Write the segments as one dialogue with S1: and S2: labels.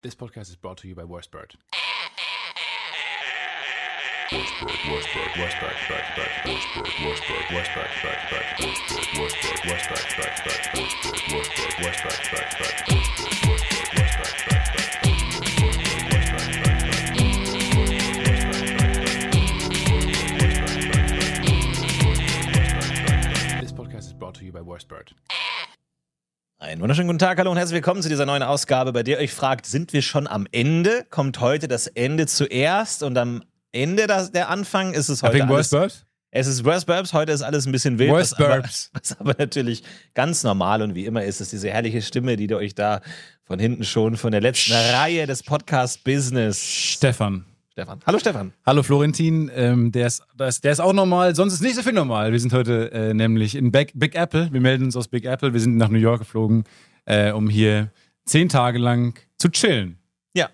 S1: This podcast is brought to you by Worst Bird. This podcast is brought to you by Worst Bird.
S2: Einen wunderschönen guten Tag, hallo und herzlich willkommen zu dieser neuen Ausgabe, bei der ihr euch fragt, sind wir schon am Ende? Kommt heute das Ende zuerst und am Ende das, der Anfang ist es heute
S3: Wegen
S2: alles,
S3: Worst Bird?
S2: Es ist Worst Burps, heute ist alles ein bisschen wild.
S3: Worst
S2: was aber-
S3: Burps.
S2: Was aber natürlich ganz normal und wie immer ist es diese herrliche Stimme, die ihr euch da von hinten schon von der letzten Reihe des Podcast-Business.
S3: Stefan.
S2: Stefan. Hallo Stefan.
S3: Hallo Florentin, ähm, der, ist, der, ist, der ist auch normal, sonst ist nicht so viel normal. Wir sind heute äh, nämlich in Big, Big Apple, wir melden uns aus Big Apple, wir sind nach New York geflogen, äh, um hier zehn Tage lang zu chillen.
S2: Ja.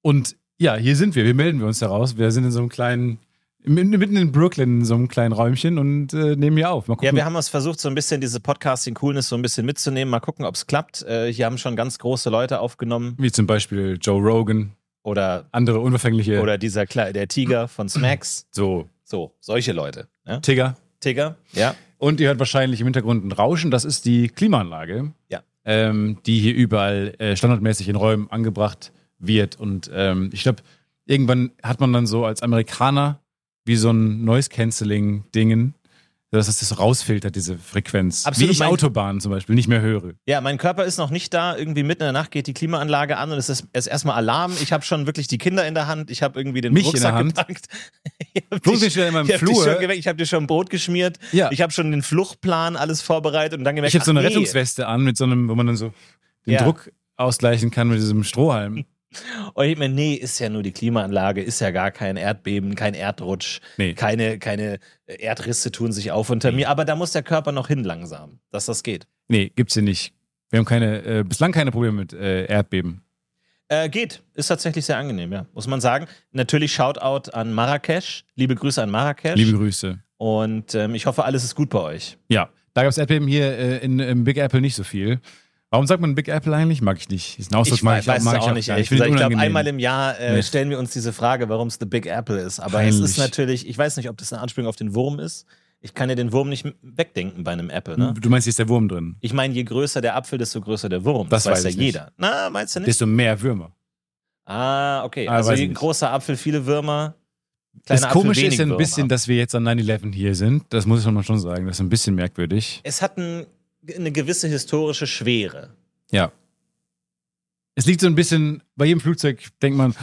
S3: Und ja, hier sind wir, wir melden wir uns daraus. Wir sind in so einem kleinen, mitten mitten in Brooklyn, in so einem kleinen Räumchen und äh, nehmen hier auf. Mal gucken.
S2: Ja, wir haben uns versucht, so ein bisschen diese Podcasting-Coolness so ein bisschen mitzunehmen. Mal gucken, ob es klappt. Äh, hier haben schon ganz große Leute aufgenommen
S3: wie zum Beispiel Joe Rogan,
S2: oder
S3: andere unverfängliche,
S2: Oder dieser Kle der Tiger von Smacks.
S3: so
S2: So, solche Leute. Ja?
S3: Tigger.
S2: Tiger, ja.
S3: Und ihr hört wahrscheinlich im Hintergrund ein Rauschen. Das ist die Klimaanlage,
S2: Ja.
S3: ähm, die hier überall äh, standardmäßig in Räumen angebracht wird. Und ähm, ich glaube, irgendwann hat man dann so als Amerikaner wie so ein Noise-Canceling-Dingen, dass das das rausfiltert, diese Frequenz.
S2: Absolut,
S3: Wie ich
S2: mein-
S3: Autobahnen zum Beispiel nicht mehr höre.
S2: Ja, mein Körper ist noch nicht da. Irgendwie mitten in der Nacht geht die Klimaanlage an und es ist, es ist erstmal Alarm. Ich habe schon wirklich die Kinder in der Hand. Ich habe irgendwie den
S3: Mich in
S2: Rucksack
S3: der Hand?
S2: gepackt. Ich habe
S3: Flug ist wieder in meinem Flur.
S2: Ich habe dir schon Brot geschmiert.
S3: Ja.
S2: Ich habe schon den Fluchtplan alles vorbereitet und dann gemerkt,
S3: Ich habe so eine
S2: ach nee.
S3: Rettungsweste an, mit so einem, wo man dann so den
S2: Ja.
S3: Druck ausgleichen kann mit diesem Strohhalm.
S2: Und Oh, ich mir, nee, ist ja nur die Klimaanlage, ist ja gar kein Erdbeben, kein Erdrutsch,
S3: Nee.
S2: keine, keine Erdrisse tun sich auf unter mir. Aber da muss der Körper noch hin langsam, dass das geht.
S3: Nee, gibt's hier nicht. Wir haben keine, äh, bislang keine Probleme mit äh, Erdbeben.
S2: Äh, geht. Ist tatsächlich sehr angenehm, ja. Muss man sagen. Natürlich Shoutout an Marrakesch. Liebe Grüße an Marrakesch.
S3: Liebe Grüße.
S2: Und ähm, ich hoffe, alles ist gut bei euch.
S3: Ja, da gab es Erdbeben hier äh, in, im Big Apple nicht so viel. Warum sagt man Big Apple eigentlich? Mag ich nicht. Ist ein Ausdruck,
S2: ich
S3: mag
S2: weiß, weiß
S3: mag
S2: es auch
S3: gar
S2: nicht.
S3: Ich,
S2: ehrlich
S3: finde
S2: gesagt.
S3: ihn
S2: ich glaube,
S3: unangenehm.
S2: einmal im Jahr äh,
S3: Nee.
S2: stellen wir uns diese Frage, warum es The Big Apple ist. Aber es ist
S3: Peinlich.
S2: natürlich, ich weiß nicht, ob das eine Anspielung auf den Wurm ist. Ich kann ja den Wurm nicht m- wegdenken bei einem Apple, ne?
S3: Du meinst, hier ist der Wurm drin.
S2: Ich meine, je größer der Apfel, desto größer der Wurm.
S3: Das
S2: weiß
S3: weiß
S2: ja
S3: ich nicht.
S2: jeder. Na, meinst du nicht?
S3: Desto mehr Würmer.
S2: ah, okay.
S3: Ah,
S2: Also
S3: weiß ich
S2: ein
S3: nicht.
S2: großer Apfel, viele Würmer.
S3: Das
S2: kleiner Apfel,
S3: Komische
S2: wenig
S3: ist ein
S2: Würmer.
S3: bisschen, dass wir jetzt an 9-11 hier sind. Das muss man schon sagen. Das ist ein bisschen merkwürdig.
S2: es hat ein, eine gewisse historische Schwere.
S3: Ja. Es liegt so ein bisschen, bei jedem Flugzeug denkt man,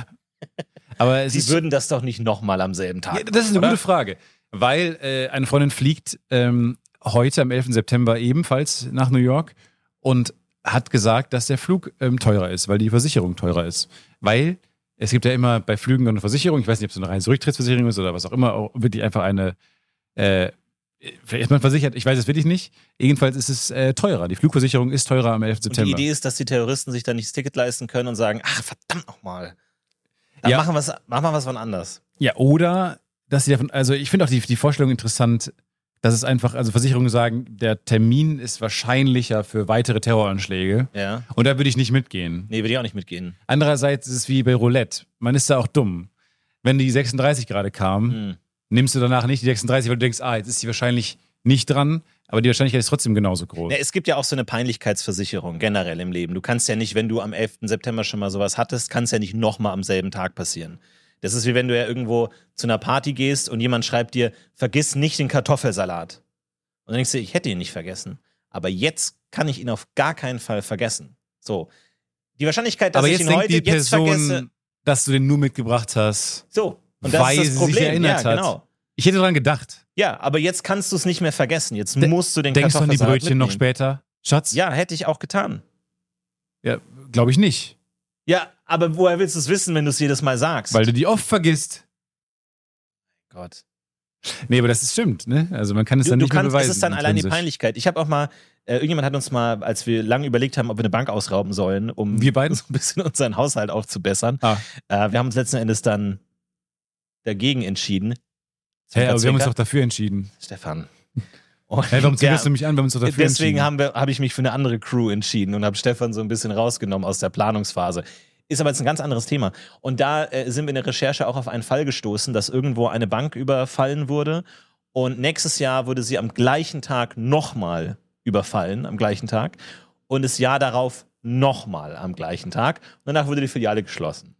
S3: aber es
S2: Sie
S3: ist
S2: würden das doch nicht nochmal am selben Tag.
S3: Ja, das ist eine
S2: oder?
S3: gute Frage, weil äh, eine Freundin fliegt ähm, heute am 11. September ebenfalls nach New York und hat gesagt, dass der Flug ähm, teurer ist, weil die Versicherung teurer ist. Weil es gibt ja immer bei Flügen eine Versicherung, ich weiß nicht, ob es eine reine Rücktrittsversicherung ist oder was auch immer, auch wirklich einfach eine, äh, vielleicht ist man versichert, ich weiß es wirklich nicht. Jedenfalls ist es äh, teurer. Die Flugversicherung ist teurer am 11.
S2: Und die
S3: September.
S2: Idee ist, dass die Terroristen sich dann nicht das Ticket leisten können und sagen, ach verdammt nochmal. Dann
S3: Ja.
S2: machen wir es machen wir was wann anders.
S3: Ja, oder dass sie davon, also ich finde auch die, die Vorstellung interessant, dass es einfach, also Versicherungen sagen, der Termin ist wahrscheinlicher für weitere Terroranschläge.
S2: Ja.
S3: Und da würde ich nicht mitgehen.
S2: Nee, würde ich auch nicht mitgehen.
S3: Andererseits ist es wie bei Roulette. Man ist da auch dumm. Wenn die 36 gerade kam,
S2: Hm.
S3: nimmst du danach nicht die 36, weil du denkst, ah, jetzt ist sie wahrscheinlich nicht dran, aber die Wahrscheinlichkeit ist trotzdem genauso groß.
S2: Ja, es gibt ja auch so eine Peinlichkeitsversicherung generell im Leben. Du kannst ja nicht, wenn du am 11. September schon mal sowas hattest, kannst ja nicht nochmal am selben Tag passieren. Das ist wie wenn du ja irgendwo zu einer Party gehst und jemand schreibt dir, vergiss nicht den Kartoffelsalat. Und dann denkst du, ich hätte ihn nicht vergessen. Aber jetzt kann ich ihn auf gar keinen Fall vergessen. So. Die Wahrscheinlichkeit, dass
S3: aber
S2: ich
S3: jetzt
S2: ihn
S3: denkt
S2: heute
S3: die
S2: jetzt vergesse.
S3: Person, dass du den nur mitgebracht hast.
S2: So. Und das ist
S3: weil sie
S2: das
S3: sich
S2: Problem.
S3: erinnert
S2: ja,
S3: hat.
S2: genau.
S3: Ich hätte dran gedacht.
S2: Ja, aber jetzt kannst du es nicht mehr vergessen. Jetzt
S3: De-
S2: musst du den
S3: Denkst du an die
S2: Kartoffelsalat
S3: Brötchen noch
S2: mitnehmen.
S3: später? Schatz?
S2: Ja, hätte ich auch getan.
S3: ja glaube ich nicht.
S2: Ja, aber woher willst du es wissen, wenn du es jedes Mal sagst?
S3: Weil du die oft vergisst.
S2: Gott.
S3: Nee, aber das ist stimmt, ne? Also man kann es
S2: Du,
S3: dann
S2: du
S3: nicht mehr
S2: kannst,
S3: beweisen.
S2: es ist dann allein die
S3: intrinsisch.
S2: Peinlichkeit. Ich habe auch mal, äh, irgendjemand hat uns mal, als wir lange überlegt haben, ob wir eine Bank ausrauben sollen, um
S3: Wir beiden?
S2: so ein bisschen unseren Haushalt aufzubessern.
S3: Ah.
S2: Äh, wir haben uns letzten Endes dann dagegen entschieden.
S3: Hä, aber wir haben uns
S2: Zwinker,
S3: doch dafür entschieden.
S2: zwinker. Stefan. Und
S3: Hä, warum
S2: der-
S3: zwinkerst du mich an? Wir haben uns doch dafür
S2: Deswegen
S3: entschieden.
S2: habe hab ich mich für eine andere Crew entschieden und habe Stefan so ein bisschen rausgenommen aus der Planungsphase. Ist aber jetzt ein ganz anderes Thema. Und da äh, sind wir in der Recherche auch auf einen Fall gestoßen, dass irgendwo eine Bank überfallen wurde. Und nächstes Jahr wurde sie am gleichen Tag nochmal überfallen, am gleichen Tag. Und das Jahr darauf nochmal am gleichen Tag. Und danach wurde die Filiale geschlossen.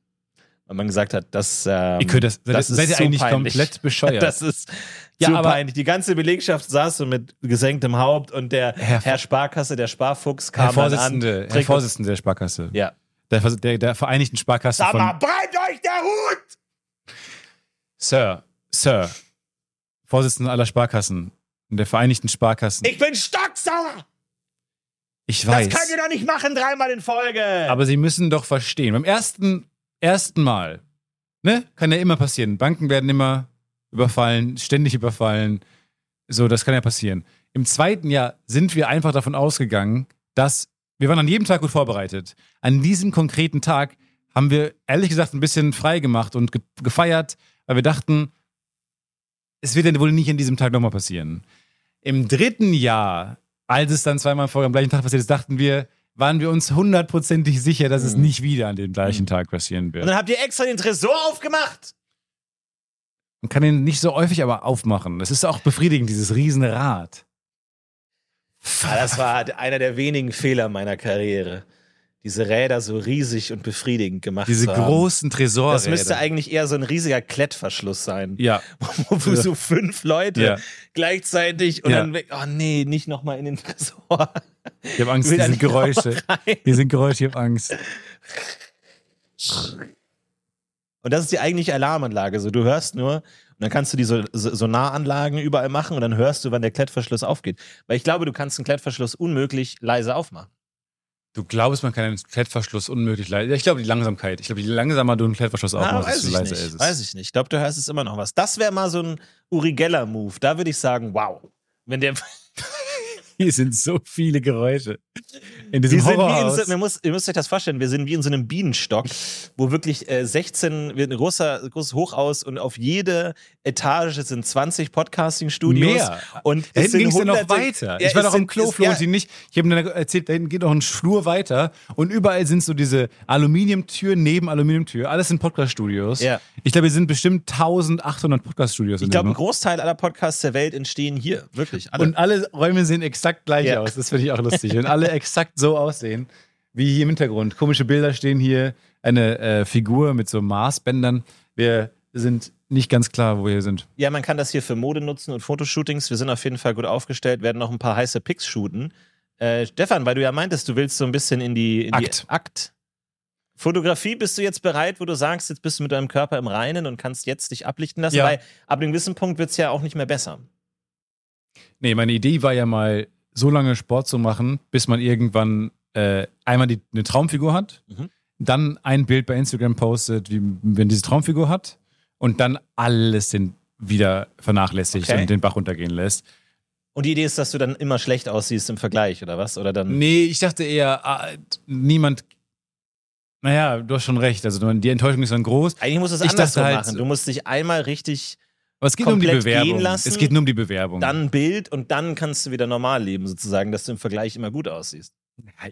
S2: Weil man gesagt hat, das, ähm,
S3: Ihr könnt das, seid,
S2: das ist
S3: seid ihr
S2: so
S3: eigentlich
S2: peinlich.
S3: komplett bescheuert.
S2: Das ist
S3: Ja,
S2: ja, so
S3: aber-
S2: peinlich. Die ganze Belegschaft saß so mit gesenktem Haupt und der
S3: Herr-
S2: Herr, Sparkasse, der Sparfuchs kam
S3: Herr
S2: dann
S3: Vorsitzende,
S2: an.
S3: Herr
S2: trinkt-
S3: Vorsitzende der Sparkasse.
S2: Ja.
S3: Der, Vers- der, der Vereinigten Sparkasse
S2: Sag mal,
S3: von
S2: brennt euch der Hut!
S3: Sir, Sir, Vorsitzende aller Sparkassen und der Vereinigten Sparkassen.
S2: Ich bin stocksauer!
S3: Ich
S2: Das
S3: weiß.
S2: könnt ihr doch nicht machen, dreimal in Folge!
S3: Aber Sie müssen doch verstehen, beim ersten, ersten Mal, ne, kann ja immer passieren. Banken werden immer überfallen, ständig überfallen. So, das kann ja passieren. Im zweiten Jahr sind wir einfach davon ausgegangen, dass wir waren an jedem Tag gut vorbereitet. An diesem konkreten Tag haben wir ehrlich gesagt ein bisschen frei gemacht und ge gefeiert, weil wir dachten, es wird ja wohl nicht an diesem Tag nochmal passieren. Im dritten Jahr, als es dann zweimal vor am gleichen Tag passiert ist, dachten wir, waren wir uns hundertprozentig sicher, dass es nicht wieder an dem gleichen Tag passieren
S2: Mhm. und
S3: wird.
S2: dann habt ihr extra den Tresor aufgemacht!
S3: Man kann ihn nicht so häufig aber aufmachen. Das ist auch befriedigend, dieses Riesenrad.
S2: Ah, das war einer der wenigen Fehler meiner Karriere. Diese Räder so riesig und befriedigend gemacht
S3: Diese
S2: zu haben.
S3: großen Tresorräder.
S2: Das müsste eigentlich eher so ein riesiger Klettverschluss sein.
S3: Ja,
S2: Wo
S3: Ja.
S2: so fünf Leute
S3: Ja.
S2: gleichzeitig und
S3: Ja.
S2: dann weg. Oh nee, nicht nochmal in den Tresor.
S3: ich habe Angst,
S2: Will
S3: hier
S2: da
S3: sind
S2: nicht noch
S3: Geräusche.
S2: rein.
S3: Hier sind Geräusche, ich habe Angst.
S2: Und das ist die eigentliche Alarmanlage. So, du hörst nur, und dann kannst du diese so- Sonaranlagen überall machen und dann hörst du, wann der Klettverschluss aufgeht. Weil ich glaube, du kannst einen Klettverschluss unmöglich leise aufmachen.
S3: Du glaubst, man kann einen Klettverschluss unmöglich leise. Ich glaube, die Langsamkeit. Ich glaube, je langsamer du einen Klettverschluss
S2: Ah,
S3: aufmachst,
S2: weiß
S3: desto
S2: ich
S3: leiser
S2: nicht.
S3: ist es.
S2: Weiß ich nicht. Ich glaube, du hörst es immer noch was. Das wäre mal so ein Uri Geller-Move. Da würde ich sagen, wow. Wenn der,
S3: Hier sind so viele Geräusche. In
S2: wir
S3: diesem
S2: sind wie in
S3: Horrorhaus.
S2: so, man muss, ihr müsst euch das vorstellen, wir sind wie in so einem Bienenstock, wo wirklich äh, 16, wir ein großer, großes Hochhaus und auf jede Etage sind 20 Podcasting-Studios.
S3: Mehr.
S2: Und
S3: Da
S2: es
S3: hinten
S2: sind
S3: ging es ja noch
S2: hunderte-
S3: weiter.
S2: Ja,
S3: ich war
S2: es
S3: noch im
S2: sind-
S3: Klo,
S2: es-
S3: Flo,
S2: ja,
S3: und sie nicht. Ich habe mir dann erzählt, da hinten geht noch ein Flur weiter und überall sind so diese Aluminiumtür neben Aluminiumtür. Alles sind Podcast-Studios.
S2: Ja.
S3: Ich glaube, wir sind bestimmt 1800 Podcast-Studios in
S2: Ich glaube,
S3: dem
S2: ein Großteil aller Podcasts der Welt entstehen hier. Wirklich. Alle.
S3: Und alle Räume sehen exakt gleich
S2: Ja.
S3: aus. Das finde ich auch lustig. Wenn alle exakt so aussehen, wie hier im Hintergrund. Komische Bilder stehen hier. Eine äh, Figur mit so Maßbändern. Wir sind nicht ganz klar, wo wir sind.
S2: ja, man kann das hier für Mode nutzen und Fotoshootings. Wir sind auf jeden Fall gut aufgestellt, werden noch ein paar heiße Picks shooten. Äh, Stefan, weil du ja meintest, du willst so ein bisschen in die, in
S3: Akt.
S2: die Akt. Fotografie, bist du jetzt bereit, wo du sagst, jetzt bist du mit deinem Körper im Reinen und kannst jetzt dich ablichten lassen?
S3: Ja.
S2: Weil ab einem gewissen Punkt wird es ja auch nicht mehr besser.
S3: Nee, meine Idee war ja mal, so lange Sport zu machen, bis man irgendwann äh, einmal die, eine Traumfigur hat,
S2: Mhm.
S3: dann ein Bild bei Instagram postet, wie wenn diese Traumfigur hat, und dann alles den wieder vernachlässigt
S2: Okay.
S3: und den Bach runtergehen lässt.
S2: Und die Idee ist, dass du dann immer schlecht aussiehst im Vergleich, oder was? Oder dann.
S3: Nee, ich dachte eher, ah, niemand. Naja, du hast schon recht. Also die Enttäuschung ist dann groß.
S2: Eigentlich musst du es
S3: Ich dachte
S2: andersrum
S3: halt-
S2: machen. Du musst dich einmal richtig
S3: Aber es geht nur um die
S2: Komplett gehen
S3: Bewerbung.
S2: lassen,
S3: Es geht nur um die Bewerbung.
S2: dann ein Bild und dann kannst du wieder normal leben, sozusagen, dass du im Vergleich immer gut aussiehst.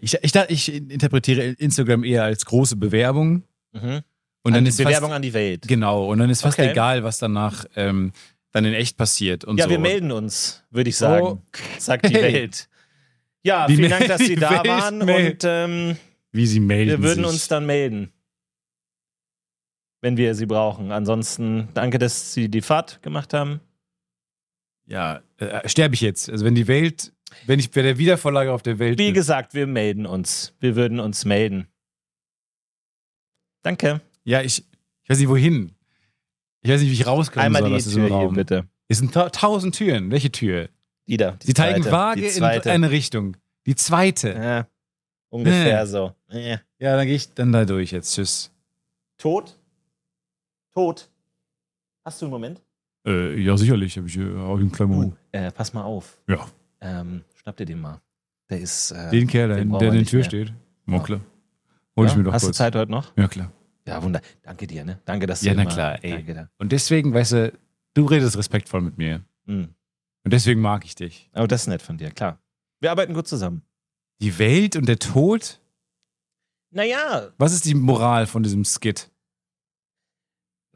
S3: ich, ich, dachte, ich interpretiere Instagram eher als große Bewerbung.
S2: Mhm.
S3: Und dann
S2: die
S3: ist
S2: Bewerbung
S3: fast,
S2: an die Welt.
S3: genau. Und dann ist fast
S2: Okay.
S3: egal, was danach ähm, dann in echt passiert und
S2: Ja,
S3: so.
S2: wir melden uns, würde ich sagen, sagt die
S3: Okay.
S2: Welt. Ja,
S3: Die
S2: vielen
S3: Mel-
S2: Dank, dass Sie
S3: die
S2: da
S3: Welt
S2: waren
S3: meldet.
S2: und ähm,
S3: Wie sie melden
S2: wir würden
S3: sich.
S2: uns dann melden, wenn wir Sie brauchen. Ansonsten danke, dass Sie die Fahrt gemacht haben.
S3: ja, äh, sterbe ich jetzt. Also wenn die Welt, wenn ich bei der Wiedervorlage auf der Welt
S2: Wie
S3: bin.
S2: gesagt, wir melden uns. Wir würden uns melden. Danke.
S3: Ja, ich, ich weiß nicht, wohin. Ich weiß nicht, wie ich rauskomme.
S2: Einmal
S3: soll,
S2: die
S3: aus diesem
S2: Tür hier,
S3: Raum.
S2: bitte.
S3: Es sind ta tausend Türen. Welche Tür?
S2: Die da. Die
S3: Sie zeigen
S2: zweite,
S3: vage
S2: die
S3: in
S2: zweite.
S3: eine Richtung. Die zweite.
S2: Ja, ungefähr
S3: Hm.
S2: so. Ja.
S3: Ja, dann gehe ich dann da durch jetzt. Tschüss.
S2: Tot? Tot? Hast du einen Moment?
S3: Äh, ja, sicherlich. Habe ich äh, auch einen kleinen
S2: Uh, äh, pass mal auf.
S3: Ja.
S2: Ähm, schnapp dir den mal. Der ist. Äh,
S3: Den Kerl, da
S2: den
S3: hinten,
S2: brauchen
S3: der
S2: wir
S3: in der
S2: nicht
S3: Tür
S2: mehr.
S3: steht. Ja, klar. Hol ich
S2: ja?
S3: mir doch
S2: Hast
S3: kurz.
S2: du Zeit heute noch?
S3: Ja, klar.
S2: Ja, wunder. Danke dir, ne? Danke, dass
S3: Ja,
S2: du
S3: na
S2: immer-
S3: klar, ey.
S2: Danke da.
S3: Und deswegen, weißt du, du redest respektvoll mit mir.
S2: Mhm.
S3: Und deswegen mag ich dich.
S2: Aber das ist nett von dir, klar. Wir arbeiten gut zusammen.
S3: Die Welt und der Tod?
S2: Naja,
S3: Was ist die Moral von diesem Skit?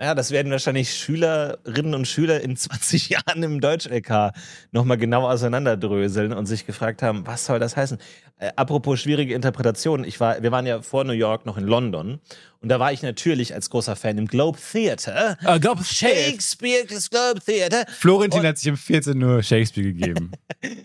S2: Ja, das werden wahrscheinlich Schülerinnen und Schüler in 20 Jahren im Deutsch-LK nochmal genau auseinanderdröseln und sich gefragt haben, was soll das heißen? Äh, apropos schwierige Interpretationen, ich war, wir waren ja vor New York noch in London und da war ich natürlich als großer Fan im Globe Theatre.
S3: Äh, glaub,
S2: Shakespeare's Globe Theatre.
S3: Florentin hat sich um 14 Uhr Shakespeare gegeben.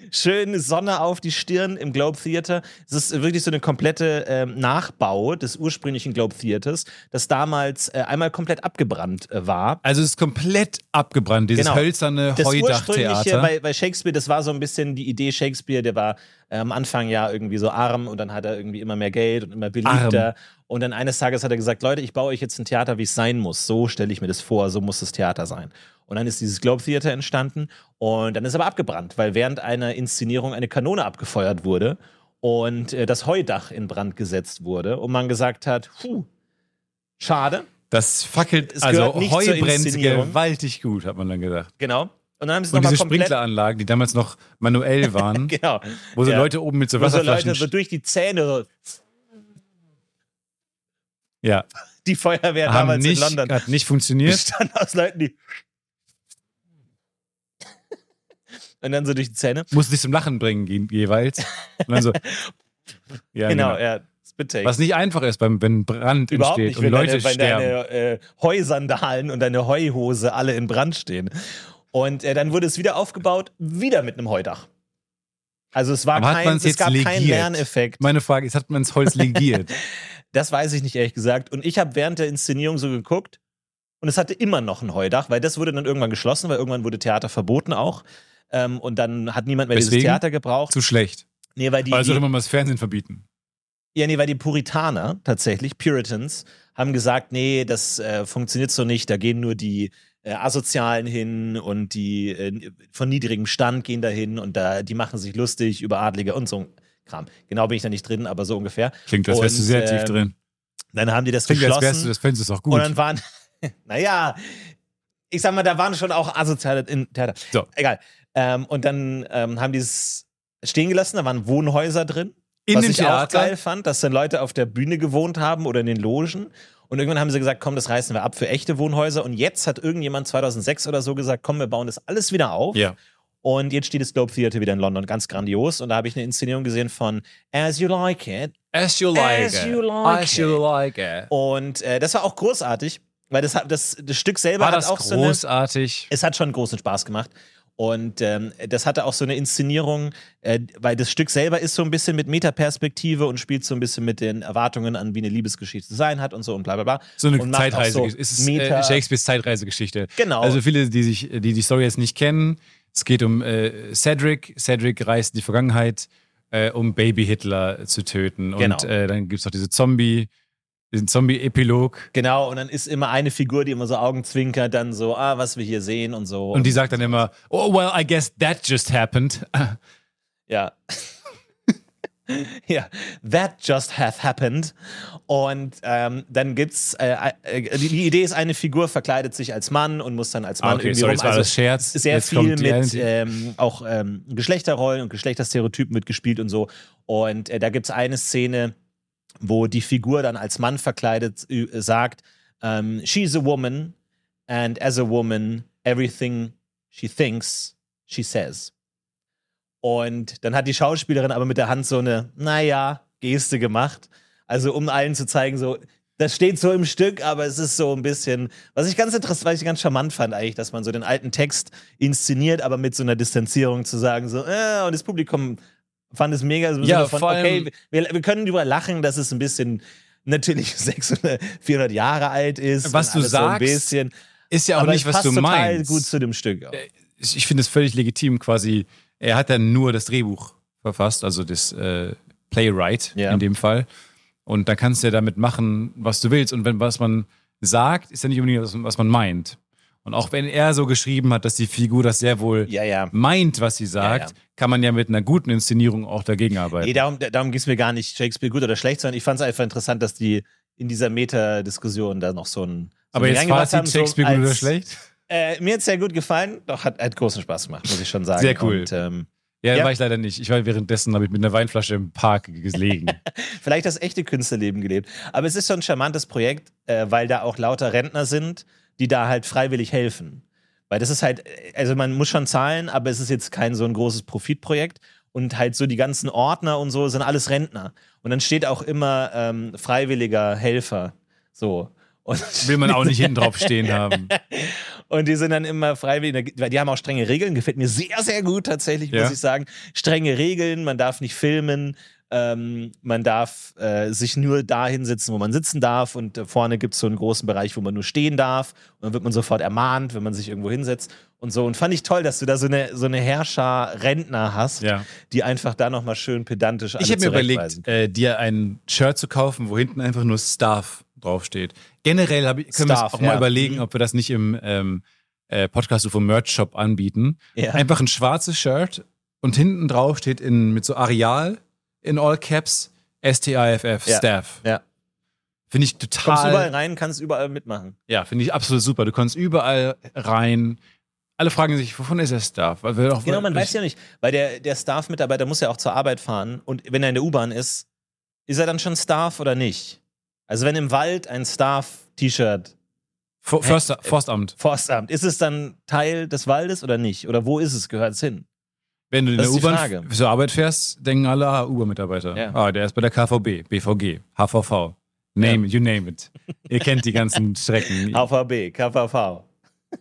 S2: Schöne Sonne auf die Stirn im Globe Theater. Es ist wirklich so eine komplette ähm, Nachbau des ursprünglichen Globe Theaters, das damals äh, einmal komplett abgebrannt äh, war.
S3: Also es ist komplett abgebrannt, dieses
S2: Genau.
S3: hölzerne
S2: das ursprüngliche
S3: Heudachtheater.
S2: bei, bei Shakespeare, das war so ein bisschen die Idee Shakespeare, der war äh, am Anfang ja irgendwie so arm und dann hat er irgendwie immer mehr Geld und immer beliebter. Und dann eines Tages hat er gesagt, Leute, ich baue euch jetzt ein Theater, wie es sein muss. So stelle ich mir das vor, so muss das Theater sein. Und dann ist dieses Globe Theater entstanden und dann ist aber abgebrannt, weil während einer Inszenierung eine Kanone abgefeuert wurde und äh, das Heudach in Brand gesetzt wurde und man gesagt hat, puh, schade,
S3: Das fackelt,
S2: Es
S3: also
S2: gehört nicht zur
S3: Heu brennt
S2: Inszenierung.
S3: gewaltig gut, hat man dann gedacht.
S2: genau. Und dann haben sie es
S3: Und
S2: nochmal
S3: diese
S2: komplett...
S3: Sprinkleranlagen, die damals noch manuell waren,
S2: Genau.
S3: wo so
S2: Ja.
S3: Leute oben mit so
S2: Wo so Leute
S3: Wasserflaschen...
S2: so durch die Zähne, so,
S3: ja,
S2: die Feuerwehr
S3: haben
S2: damals
S3: nicht,
S2: in London
S3: hat nicht funktioniert.
S2: bestand aus Leuten, die. Und dann so durch die Zähne.
S3: Musste dich zum Lachen bringen je, jeweils. Und dann so... Ja,
S2: genau, ja. Spit Take.
S3: Was nicht einfach ist, beim, wenn Brand
S2: Überhaupt
S3: entsteht
S2: nicht,
S3: und
S2: wenn
S3: Leute
S2: deine, wenn
S3: sterben.
S2: deine äh, Heusandalen und deine Heuhose alle in Brand stehen. Und äh, dann wurde es wieder aufgebaut, wieder mit einem Heudach. Also es war
S3: Aber hat
S2: kein,
S3: man's
S2: es
S3: jetzt
S2: gab keinen
S3: legiert?
S2: Lerneffekt.
S3: Meine Frage ist, hat man das Holz legiert?
S2: Das weiß ich nicht, ehrlich gesagt. Und ich habe während der Inszenierung so geguckt und es hatte immer noch ein Heudach, weil das wurde dann irgendwann geschlossen, weil irgendwann wurde Theater verboten auch. Ähm, und dann hat niemand mehr dieses
S3: Weswegen?
S2: Theater gebraucht.
S3: Zu schlecht.
S2: Nee, weil die,
S3: Also sollte
S2: die,
S3: man mal das Fernsehen verbieten.
S2: ja, nee, weil die Puritaner tatsächlich, Puritans, haben gesagt, nee, das äh, funktioniert so nicht, da gehen nur die äh, Asozialen hin und die äh, von niedrigem Stand gehen da hin und da, die machen sich lustig über Adlige und so ein Kram. Genau bin ich da nicht drin, aber so ungefähr.
S3: Klingt, als wärst du
S2: Und,
S3: sehr
S2: ähm,
S3: tief drin.
S2: Dann haben die das
S3: Klingt, als
S2: geschlossen.
S3: wärst du, das Fenster ist auch gut.
S2: Und dann waren, naja, ich sag mal, da waren schon auch asoziale im Theater.
S3: So.
S2: Egal. Ähm, und dann ähm, haben die es stehen gelassen, da waren Wohnhäuser drin.
S3: In
S2: was
S3: dem
S2: ich auch geil
S3: Theater,
S2: fand, dass dann Leute auf der Bühne gewohnt haben oder in den Logen. Und irgendwann haben sie gesagt, komm, das reißen wir ab für echte Wohnhäuser. Und jetzt hat irgendjemand 2006 oder so gesagt, komm, wir bauen das alles wieder auf.
S3: Ja.
S2: Und jetzt steht das Globe Theatre wieder in London, ganz grandios. Und da habe ich eine Inszenierung gesehen von As You Like It.
S3: As you
S2: like As it. you like As you
S3: like it.
S2: Und äh, das war auch großartig, weil das, hat- das, das Stück selber
S3: War
S2: hat
S3: das
S2: halt auch so eine,
S3: großartig?
S2: es hat schon großen Spaß gemacht. Und ähm, das hatte auch so eine Inszenierung, äh, weil das Stück selber ist so ein bisschen mit Metaperspektive und spielt so ein bisschen mit den Erwartungen an, wie eine Liebesgeschichte zu sein hat und so und bla bla bla.
S3: So eine
S2: und macht auch
S3: Zeitreise.
S2: so
S3: es ist
S2: Meta-
S3: äh, Shakespeares Zeitreisegeschichte.
S2: Genau.
S3: Also viele, die sich, die die Story jetzt nicht kennen, es geht um äh, Cedric. Cedric reist in die Vergangenheit, äh, um Baby Hitler zu töten.
S2: Genau.
S3: Und äh, dann gibt es noch diese Zombie, diesen Zombie-Epilog.
S2: genau, und dann ist immer eine Figur, die immer so Augenzwinkert, dann so, ah, was wir hier sehen und so.
S3: Und die sagt dann immer, oh well, I guess that just happened.
S2: Ah, Ja. ja, that just hath happened. Und ähm, dann gibt's äh, äh, die, die Idee ist, eine Figur verkleidet sich als Mann und muss dann als Mann irgendwie rum.
S3: Ah, das war
S2: also
S3: das Scherz.
S2: sehr
S3: Jetzt
S2: viel
S3: kommt
S2: mit
S3: die Reality.
S2: ähm, auch ähm, Geschlechterrollen und Geschlechterstereotypen wird gespielt und so. Und äh, da gibt's eine Szene, wo die Figur dann als Mann verkleidet äh, sagt, ähm, she's a woman and as a woman everything she thinks she says. Und dann hat die Schauspielerin aber mit der Hand so eine, naja, Geste gemacht. Also um allen zu zeigen, so, das steht so im Stück, aber es ist so ein bisschen, was ich ganz interessant, was ich ganz charmant fand eigentlich, dass man so den alten Text inszeniert, aber mit so einer Distanzierung zu sagen, so, äh, und das Publikum fand es mega, so im
S3: Ja,
S2: Sinne von,
S3: vor allem-
S2: okay, wir, wir können drüber lachen, dass es ein bisschen natürlich 600, 400 Jahre alt ist.
S3: Was
S2: und
S3: du
S2: alles so ein
S3: sagst,
S2: bisschen,
S3: ist ja auch
S2: aber
S3: nicht,
S2: es
S3: was
S2: passt
S3: du
S2: total
S3: meinst.
S2: gut zu dem Stück. auch.
S3: ich ich finde es völlig legitim, quasi. Er hat dann nur das Drehbuch verfasst, also das äh, Playwright
S2: Ja.
S3: in dem Fall. Und dann kannst du ja damit machen, was du willst. Und wenn was man sagt, ist ja nicht unbedingt, was, was man meint. Und auch wenn er so geschrieben hat, dass die Figur das sehr wohl
S2: Ja, ja.
S3: meint, was sie sagt,
S2: Ja,
S3: kann man ja mit einer guten Inszenierung auch dagegen arbeiten.
S2: Nee, darum, darum ging es mir gar nicht, Shakespeare gut oder schlecht, sondern ich fand es einfach interessant, dass die in dieser Meta-Diskussion da noch so ein. So
S3: Aber
S2: ein
S3: jetzt
S2: reingemacht
S3: Fazit,
S2: so
S3: Shakespeare gut oder
S2: als-
S3: schlecht?
S2: Äh, mir hat es sehr gut gefallen, doch hat, hat großen Spaß gemacht, muss ich schon sagen.
S3: Sehr cool.
S2: Und, ähm,
S3: Ja,
S2: Ja.
S3: war ich leider nicht. Ich war währenddessen, habe ich mit einer Weinflasche im Park gelegen.
S2: Vielleicht das echte Künstlerleben gelebt. Aber es ist so ein charmantes Projekt, äh, weil da auch lauter Rentner sind, die da halt freiwillig helfen. Weil das ist halt, äh, also man muss schon zahlen, aber es ist jetzt kein so ein großes Profitprojekt. Und halt so die ganzen Ordner und so sind alles Rentner. Und dann steht auch immer ähm, freiwilliger Helfer. So. Und
S3: Will man auch nicht hinten drauf stehen haben.
S2: Und die sind dann immer freiwillig, weil die haben auch strenge Regeln, gefällt mir sehr, sehr gut tatsächlich,
S3: Ja.
S2: muss ich sagen. Strenge Regeln, man darf nicht filmen, ähm, man darf äh, sich nur da hinsetzen, wo man sitzen darf und äh, vorne gibt es so einen großen Bereich, wo man nur stehen darf und dann wird man sofort ermahnt, wenn man sich irgendwo hinsetzt und so. Und fand ich toll, dass du da so eine, so eine Herrscher-Rentner hast,
S3: Ja.
S2: die einfach da nochmal schön pedantisch alle
S3: Ich habe mir
S2: zurechtweisen.
S3: überlegt, äh, dir ein Shirt zu kaufen, wo hinten einfach nur Staff draufsteht. Generell hab ich, können wir
S2: Staff,
S3: uns auch mal
S2: ja.
S3: überlegen,
S2: Mhm.
S3: ob wir das nicht im ähm, äh, Podcast vom Merch Shop anbieten.
S2: Ja.
S3: Einfach ein schwarzes Shirt und hinten drauf steht in, mit so Areal in All Caps STIFF
S2: Ja.
S3: Staff.
S2: Ja.
S3: Finde ich
S2: Kommst überall
S3: total.
S2: rein, kannst überall mitmachen.
S3: Ja, finde ich absolut super. Du kommst überall rein. Alle fragen sich, wovon ist der Staff? Weil wir doch-
S2: Genau, man
S3: weil-
S2: weiß ja nicht, weil der, der Staff-Mitarbeiter muss ja auch zur Arbeit fahren und wenn er in der U-Bahn ist, ist er dann schon Staff oder nicht? Also wenn im Wald ein Staff-T-Shirt,
S3: For- Förster, Forstamt.
S2: Forstamt, ist es dann Teil des Waldes oder nicht? Oder wo ist es? Gehört es hin?
S3: Wenn du in
S2: Das
S3: der
S2: ist die
S3: U-Bahn
S2: Frage.
S3: f- zur Arbeit fährst, denken alle, ah, Uber-Mitarbeiter.
S2: Ja.
S3: Ah, der ist bei der KVB, BVG, HVV. Name it, you name it. Ihr kennt die ganzen Strecken.
S2: HVB, KVV.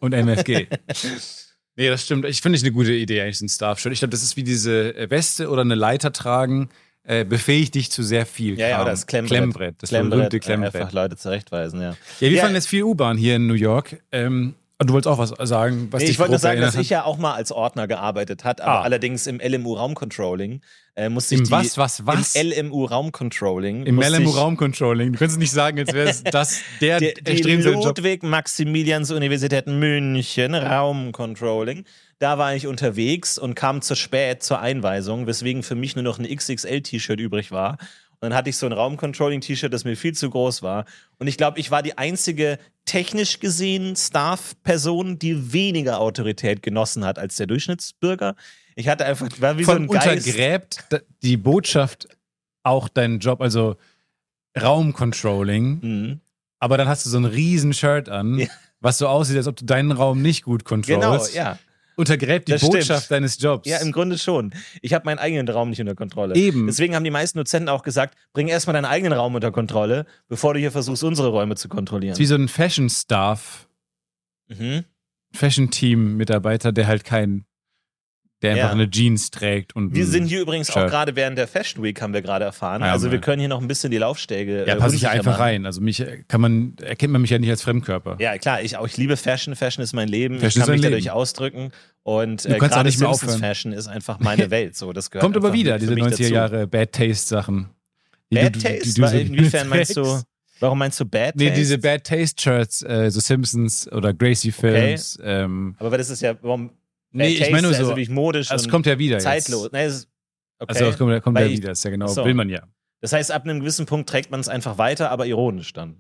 S3: Und MFG. nee, das stimmt. Ich finde ich eine gute Idee, eigentlich, so ein Staff-Shirt. Ich glaube, das ist wie diese äh, Weste oder eine Leiter tragen, äh, befähigt dich zu sehr viel.
S2: Ja, ja,
S3: Kram.
S2: oder das Klemmbrett. äh,
S3: Das berühmte Klemmbrett. äh,
S2: Einfach Leute zurechtweisen, ja.
S3: Ja, wir
S2: Ja.
S3: fahren jetzt viel U-Bahn hier in New York. Ähm, und du wolltest auch was sagen, was
S2: Nee,
S3: dich
S2: ich wollte nur
S3: grob
S2: sagen, dass
S3: erinnert
S2: ich ja auch mal als Ordner gearbeitet hat, aber
S3: Ah.
S2: allerdings im LMU-Raumcontrolling äh, musste ich
S3: hat? Im
S2: die...
S3: was, was, was?
S2: Im LMU-Raumcontrolling.
S3: Im
S2: musste ich-
S3: LMU-Raumcontrolling. Du kannst es nicht sagen, als wäre es das der,
S2: Die,
S3: der
S2: Äh, die
S3: extremste Job.
S2: Ludwig-Maximilians-Universität München, Raumcontrolling. Da war ich unterwegs und kam zu spät zur Einweisung, weswegen für mich nur noch ein XXL-T-Shirt übrig war. Und dann hatte ich so ein Raumcontrolling-T-Shirt, das mir viel zu groß war. Und ich glaube, ich war die einzige technisch gesehen Staff-Person, die weniger Autorität genossen hat als der Durchschnittsbürger. Ich hatte einfach, war wie
S3: Vor
S2: so ein
S3: allem
S2: Geist.
S3: untergräbt da- die Botschaft auch deinen Job, also Raumcontrolling.
S2: Mhm.
S3: Aber dann hast du so ein riesen Shirt an,
S2: Ja.
S3: was so aussieht, als ob du deinen Raum nicht gut
S2: Genau,
S3: controllst.
S2: ja.
S3: Untergräbt die
S2: Das stimmt.
S3: Botschaft deines Jobs.
S2: Ja, im Grunde schon. Ich habe meinen eigenen Raum nicht unter Kontrolle.
S3: Eben.
S2: Deswegen haben die meisten Dozenten auch gesagt, bring erstmal deinen eigenen Raum unter Kontrolle, bevor du hier versuchst, unsere Räume zu
S3: ist wie
S2: kontrollieren.
S3: so ein Fashion-Staff,
S2: Mhm.
S3: Fashion-Team-Mitarbeiter, der halt kein, der
S2: Ja.
S3: einfach eine Jeans trägt und
S2: Wir
S3: ein-
S2: sind hier übrigens auch
S3: Sure.
S2: gerade während der Fashion Week, haben wir gerade erfahren.
S3: Hm, Ja,
S2: also wir
S3: Mann.
S2: können hier noch ein bisschen die Laufstege.
S3: ja,
S2: äh,
S3: passe ich
S2: unsicher
S3: ja einfach
S2: machen.
S3: rein. Also mich äh, kann man, erkennt man mich ja nicht als Fremdkörper.
S2: Ja, klar, ich auch. Ich liebe Fashion. Fashion ist mein Leben.
S3: Fashion
S2: ich
S3: ist
S2: kann
S3: dein
S2: mich
S3: Leben.
S2: dadurch ausdrücken. Und
S3: Du
S2: äh,
S3: kannst auch
S2: gerade
S3: nicht mehr
S2: Simpsons
S3: aufhören.
S2: Fashion ist einfach meine Welt. So, das gehört
S3: Kommt aber
S2: einfach
S3: wieder,
S2: für
S3: diese
S2: mich
S3: 90er
S2: dazu.
S3: Jahre Bad Taste Sachen. Die
S2: Bad
S3: du- die- die
S2: Taste?
S3: du
S2: Weil
S3: so-
S2: inwiefern meinst du-
S3: trägst.
S2: Warum meinst du Bad
S3: Nee,
S2: Taste?
S3: diese Bad Taste Shirts, äh, so Simpsons oder Gracie Films. Ähm,
S2: Aber das ist ja, warum. Bad
S3: nee, ich
S2: Taste,
S3: meine nur
S2: also
S3: so,
S2: wirklich modisch
S3: es
S2: und
S3: kommt ja wieder.
S2: zeitlos.
S3: Jetzt.
S2: Nee, es ist, okay.
S3: Also, es kommt, kommt
S2: Weil
S3: ja
S2: ich-
S3: wieder, ist ja genau,
S2: so.
S3: will man ja.
S2: Das heißt, ab einem gewissen Punkt trägt man es einfach weiter, aber ironisch dann. Und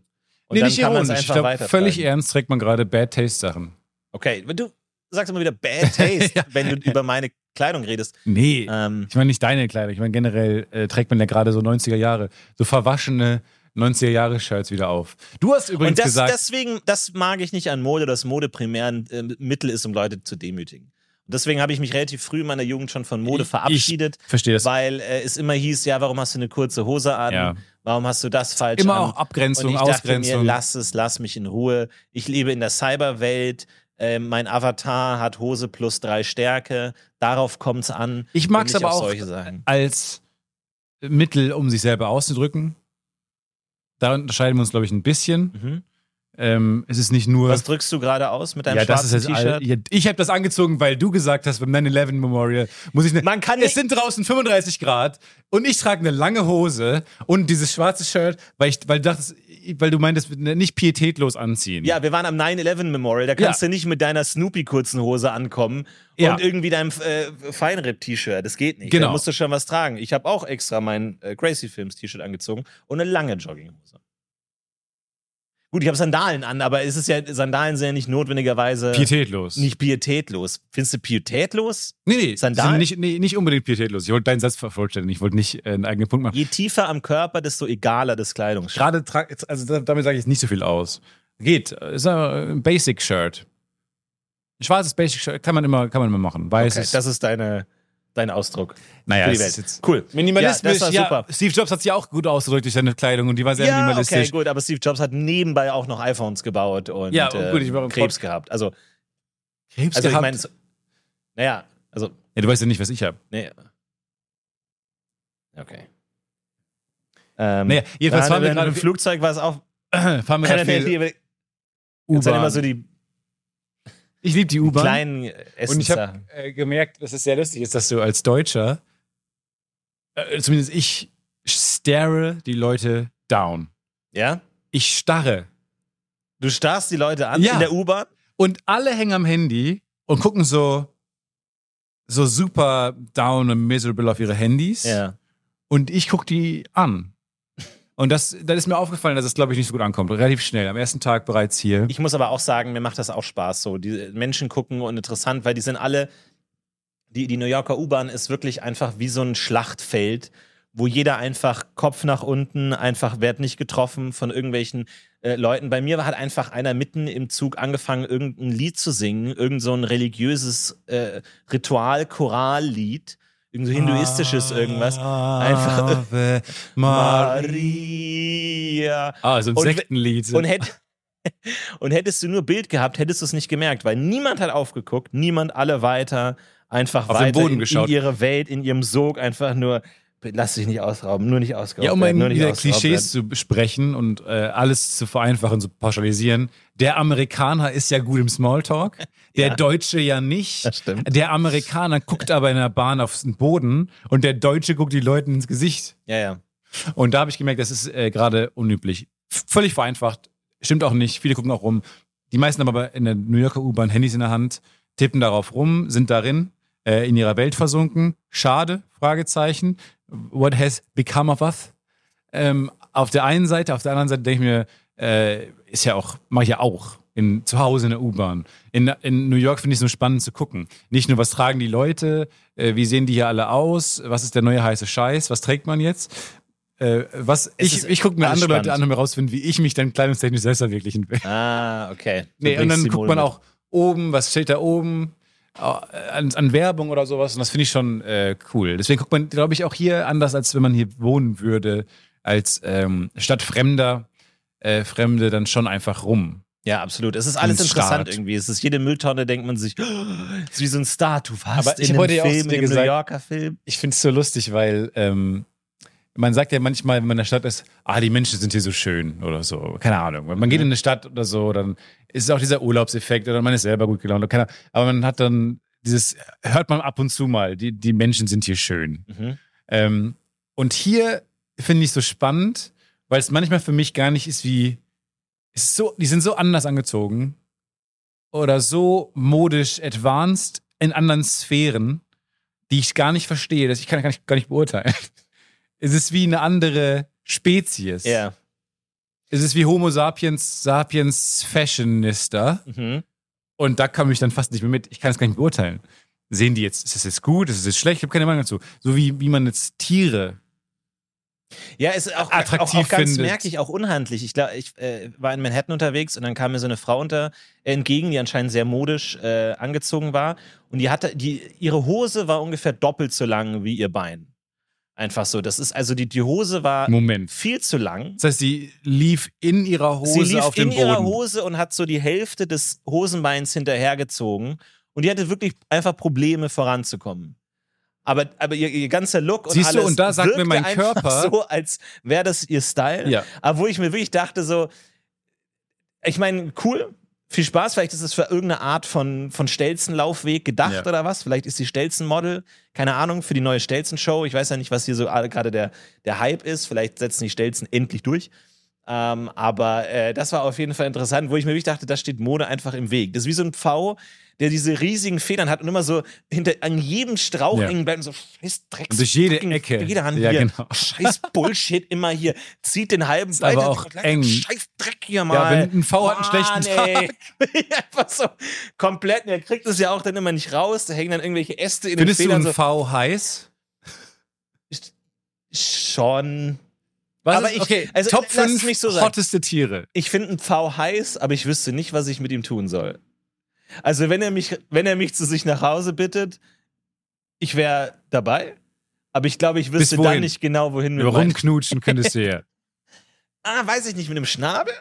S3: nee,
S2: dann
S3: nicht
S2: kann man es
S3: ironisch. Ich
S2: einfach
S3: glaub,
S2: weitertragen.
S3: völlig ernst trägt man gerade Bad Taste Sachen.
S2: Okay, wenn du sagst immer wieder Bad Taste,
S3: Ja.
S2: wenn du über meine Kleidung redest.
S3: Nee,
S2: Ähm,
S3: ich meine nicht deine Kleider, ich meine generell äh, trägt man ja gerade so 90er Jahre, so verwaschene 90er Jahre Shirts wieder auf. Du hast übrigens
S2: und das,
S3: gesagt,
S2: deswegen, das mag ich nicht an Mode, dass Mode primär ein äh, Mittel ist, um Leute zu demütigen. Und deswegen habe ich mich relativ früh in meiner Jugend schon von Mode
S3: Ich- ich-
S2: verabschiedet,
S3: verstehe das.
S2: weil äh, es immer hieß, ja, warum hast du eine kurze Hose an?
S3: Ja.
S2: Warum hast du das falsch
S3: Immer
S2: an?
S3: auch Abgrenzung,
S2: und ich Dachte mir,
S3: Ausgrenzung.
S2: lass es, lass mich in Ruhe. Ich lebe in der Cyberwelt. Ähm, mein Avatar hat Hose plus drei Stärke. Darauf kommt es an.
S3: Ich mag es
S2: und nicht
S3: aber
S2: auf
S3: auch
S2: solche Sachen.
S3: als Mittel, um sich selber auszudrücken. Da unterscheiden wir uns, glaube ich, ein bisschen.
S2: Mhm.
S3: Ähm, es ist nicht nur.
S2: Was drückst du gerade aus mit deinem
S3: ja, das
S2: schwarzen
S3: ist jetzt all,
S2: T-Shirt?
S3: ja, Ich habe das angezogen, weil du gesagt hast, beim 9-11 Memorial muss ich. Ne,
S2: Man kann
S3: es
S2: nicht.
S3: sind draußen 35 Grad und ich trage eine lange Hose und dieses schwarze Shirt, weil, ich, weil, du, dachtest, weil du meintest, ne, nicht pietätlos anziehen.
S2: Ja, wir waren am 9-11 Memorial. Da kannst du nicht mit deiner Snoopy-kurzen Hose ankommen
S3: Ja.
S2: und irgendwie deinem äh, Feinripp-T-Shirt. Das geht nicht.
S3: Genau.
S2: Da musst du schon was tragen. Ich habe auch extra mein äh, Gracie Films-T-Shirt angezogen und eine lange Jogginghose. Gut, ich habe Sandalen an, aber es ist ja, Sandalen sind ja nicht notwendigerweise
S3: Pietätlos.
S2: äh, nicht pietätlos. Findest du pietätlos?
S3: nee, nee,
S2: Sandalen?
S3: sind Nicht, nee, nicht unbedingt pietätlos. Ich wollte deinen Satz vervollständigen. Ich wollte nicht äh, einen eigenen Punkt machen.
S2: Je tiefer am Körper, desto egaler das Kleidungsstück.
S3: Gerade, tra- also da- damit sage ich jetzt nicht so viel aus. Geht. Ist ein Basic-Shirt. Ein schwarzes Basic-Shirt kann man immer, kann man immer machen. Weiß
S2: Okay, das ist deine, dein Ausdruck.
S3: naja,
S2: für die
S3: es
S2: Welt.
S3: ist jetzt
S2: cool.
S3: Minimalistisch,
S2: ja,
S3: ja,
S2: das war super.
S3: Steve Jobs hat sich auch gut ausgedrückt durch seine Kleidung und die war sehr
S2: Ja, okay,
S3: minimalistisch.
S2: gut, aber Steve Jobs hat nebenbei auch noch iPhones gebaut und,
S3: Ja, und gut,
S2: äh,
S3: ich war im
S2: Krebs
S3: Pod-
S2: gehabt. Also,
S3: Krebs
S2: also ich
S3: gehabt.
S2: meine, so- naja, also,
S3: ja, du weißt ja nicht, was ich habe.
S2: nee. Okay. Ähm,
S3: Naja, jedenfalls fahren wir
S2: in einem
S3: gerade viel,
S2: Flugzeug war es auch.
S3: fahren wir gerade viel
S2: Jetzt sind immer
S3: U-Bahn.
S2: so die
S3: ich liebe die U-Bahn.
S2: kleinen
S3: Und ich habe
S2: Essenssachen.
S3: äh, gemerkt, dass es sehr lustig ist, dass du als Deutscher, äh, zumindest ich, starre die Leute down.
S2: Ja?
S3: Ich starre.
S2: Du starrst die Leute an
S3: Ja.
S2: in der U-Bahn.
S3: Und alle hängen am Handy und gucken so, so super down und miserable auf ihre Handys.
S2: Ja.
S3: und ich gucke die an. Und das, dann ist mir aufgefallen, dass es, glaube ich, nicht so gut ankommt. Relativ schnell, am ersten Tag bereits hier.
S2: Ich muss aber auch sagen, mir macht das auch Spaß so. Die Menschen gucken und interessant, weil die sind alle, die, die New Yorker U-Bahn ist wirklich einfach wie so ein Schlachtfeld, wo jeder einfach Kopf nach unten, einfach werd nicht getroffen von irgendwelchen äh, Leuten. Bei mir hat einfach einer mitten im Zug angefangen, irgendein Lied zu singen, irgend so ein religiöses äh, Ritual, Chorallied, irgend so hinduistisches irgendwas.
S3: Ah.
S2: Einfach-
S3: Ave Maria.
S2: Maria.
S3: Ah, so ein
S2: Und-
S3: Sektenlied.
S2: Und, hätt, und hättest du nur Bild gehabt, hättest du es nicht gemerkt, weil niemand hat aufgeguckt, niemand alle weiter, einfach
S3: Auf den
S2: weiter
S3: Boden
S2: in,
S3: geschaut.
S2: in ihre Welt, in ihrem Sog, einfach nur, lass dich nicht ausrauben, nur nicht ausrauben.
S3: ja, um mal
S2: nur nicht
S3: wieder
S2: ausgeraubt
S3: Klischees zu besprechen und äh, alles zu vereinfachen, zu pauschalisieren. Der Amerikaner ist ja gut im Smalltalk, der Deutsche ja nicht.
S2: Das stimmt.
S3: Der Amerikaner guckt aber in der Bahn auf den Boden und der Deutsche guckt die Leuten ins Gesicht.
S2: werden. Ja, ja.
S3: Und da habe ich gemerkt, das ist äh, gerade unüblich. V- Völlig vereinfacht. Stimmt auch nicht. Viele gucken auch rum. Die meisten haben aber in der New Yorker U-Bahn Handys in der Hand, tippen darauf rum, sind darin, äh, in ihrer Welt versunken. Schade, Fragezeichen. What has become of us? Ähm, auf der einen Seite, auf der anderen Seite denke ich mir, äh, ist ja auch, mache ich ja auch. In, zu Hause in der U-Bahn. In, in New York finde ich es nur spannend zu gucken. Nicht nur, was tragen die Leute, äh, wie sehen die hier alle aus, was ist der neue heiße Scheiß, was trägt man jetzt? Äh, was,
S2: Es
S3: ich
S2: ist
S3: ich gucke mir
S2: alles
S3: andere Leute
S2: spannend.
S3: an, um herauszufinden, wie ich mich dann kleidungstechnisch selbst verwirklichen will.
S2: Ah, okay. Du
S3: Nee, und
S2: bringst
S3: dann
S2: die
S3: guckt
S2: Mode
S3: man
S2: mit.
S3: auch oben, was steht da oben, äh, an, an Werbung oder sowas. Und das finde ich schon äh, cool. Deswegen guckt man, glaube ich, auch hier anders, als wenn man hier wohnen würde, als ähm, statt Fremder, äh, Fremde dann schon einfach rum.
S2: Ja, absolut. Es ist alles
S3: Ein
S2: interessant
S3: Staat.
S2: irgendwie. Es ist jede Mülltonne, denkt man sich, oh, ist wie so ein Star, du warst
S3: Aber ich
S2: in einem
S3: wollte ja auch
S2: Film,
S3: zu
S2: in
S3: dir
S2: einem New
S3: gesagt-
S2: Yorker Film.
S3: Ich finde es so lustig, weil ähm, man sagt ja manchmal, wenn man in der Stadt ist, ah, die Menschen sind hier so schön oder so. Keine Ahnung. Wenn man geht in eine Stadt oder so, dann ist es auch dieser Urlaubseffekt oder man ist selber gut gelaunt. oder Keine Ahnung. Aber man hat dann dieses, hört man ab und zu mal, die, die Menschen sind hier schön.
S2: Mhm.
S3: Ähm, und hier finde ich es so spannend, weil es manchmal für mich gar nicht ist wie, es ist so, die sind so anders angezogen oder so modisch advanced in anderen Sphären, die ich gar nicht verstehe. Das ich kann gar nicht, gar nicht beurteilen. Es ist wie eine andere Spezies.
S2: Ja.
S3: Es ist wie Homo sapiens, sapiens Fashionista.
S2: Mhm.
S3: Und da komme ich dann fast nicht mehr mit. Ich kann es gar nicht beurteilen. Sehen die jetzt, ist es jetzt gut, ist es jetzt schlecht? Ich habe keine Meinung dazu. So wie, wie man jetzt Tiere
S2: Ja, es ist auch,
S3: attraktiv
S2: auch, auch ganz
S3: findet.
S2: merklich, auch unhandlich. Ich, glaub, ich äh, war in Manhattan unterwegs und dann kam mir so eine Frau unter, äh, entgegen, die anscheinend sehr modisch äh, angezogen war. Und die hatte, die, ihre Hose war ungefähr doppelt so lang wie ihr Bein. Einfach so. Das ist also, die, die Hose war
S3: Moment.
S2: viel zu lang.
S3: Das heißt, sie lief in ihrer Hose
S2: Sie lief
S3: auf
S2: in
S3: den Boden.
S2: ihrer Hose und hat so die Hälfte des Hosenbeins hinterhergezogen. Und die hatte wirklich einfach Probleme voranzukommen. Aber, aber ihr, ihr ganzer Look und
S3: Siehst du,
S2: alles
S3: und da sagt mir
S2: wirkte
S3: mein
S2: einfach
S3: Körper-
S2: so, als wäre das ihr Style.
S3: Ja.
S2: Aber wo ich mir wirklich dachte, so, ich meine, cool, viel Spaß, vielleicht ist es für irgendeine Art von, von Stelzenlaufweg gedacht
S3: Ja.
S2: oder was. Vielleicht ist die Stelzenmodel, keine Ahnung, für die neue Stelzen-Show. Ich weiß ja nicht, was hier so gerade der, der Hype ist. Vielleicht setzen die Stelzen endlich durch. Ähm, aber äh, das war auf jeden Fall interessant, wo ich mir wirklich dachte, da steht Mode einfach im Weg. Das ist wie so ein Pfau, der diese riesigen Federn hat und immer so hinter an jedem Strauch
S3: Ja.
S2: hängen bleibt und so scheiß Drecks.
S3: Und durch jede
S2: fucking-
S3: Ecke.
S2: Jede Hand
S3: Ja,
S2: hier.
S3: genau.
S2: Scheiß Bullshit immer hier. Zieht den halben
S3: aber
S2: weiter,
S3: auch
S2: kleiner
S3: eng.
S2: Scheiß Dreck hier mal.
S3: wenn ein Pfau hat einen schlechten
S2: Mann, ey. einfach so komplett. Er kriegt es ja auch dann immer nicht raus. Da hängen dann irgendwelche Äste in
S3: Findest
S2: den
S3: du
S2: Federn.
S3: einen V heiß?
S2: so. Schon.
S3: Was
S2: Aber
S3: ist,
S2: ich-
S3: okay,
S2: also,
S3: Top
S2: lass es
S3: 5
S2: mich so sein.
S3: hotteste Tiere.
S2: ich finde einen Pfau heiß, aber ich wüsste nicht, was ich mit ihm tun soll. Also, wenn er mich, wenn er mich zu sich nach Hause bittet, ich wäre dabei. Aber ich glaube, ich wüsste dann
S3: wohin?
S2: nicht genau, wohin mit meinem-
S3: Rumknutschen könntest du ja.
S2: Ah, weiß ich nicht, mit einem Schnabel?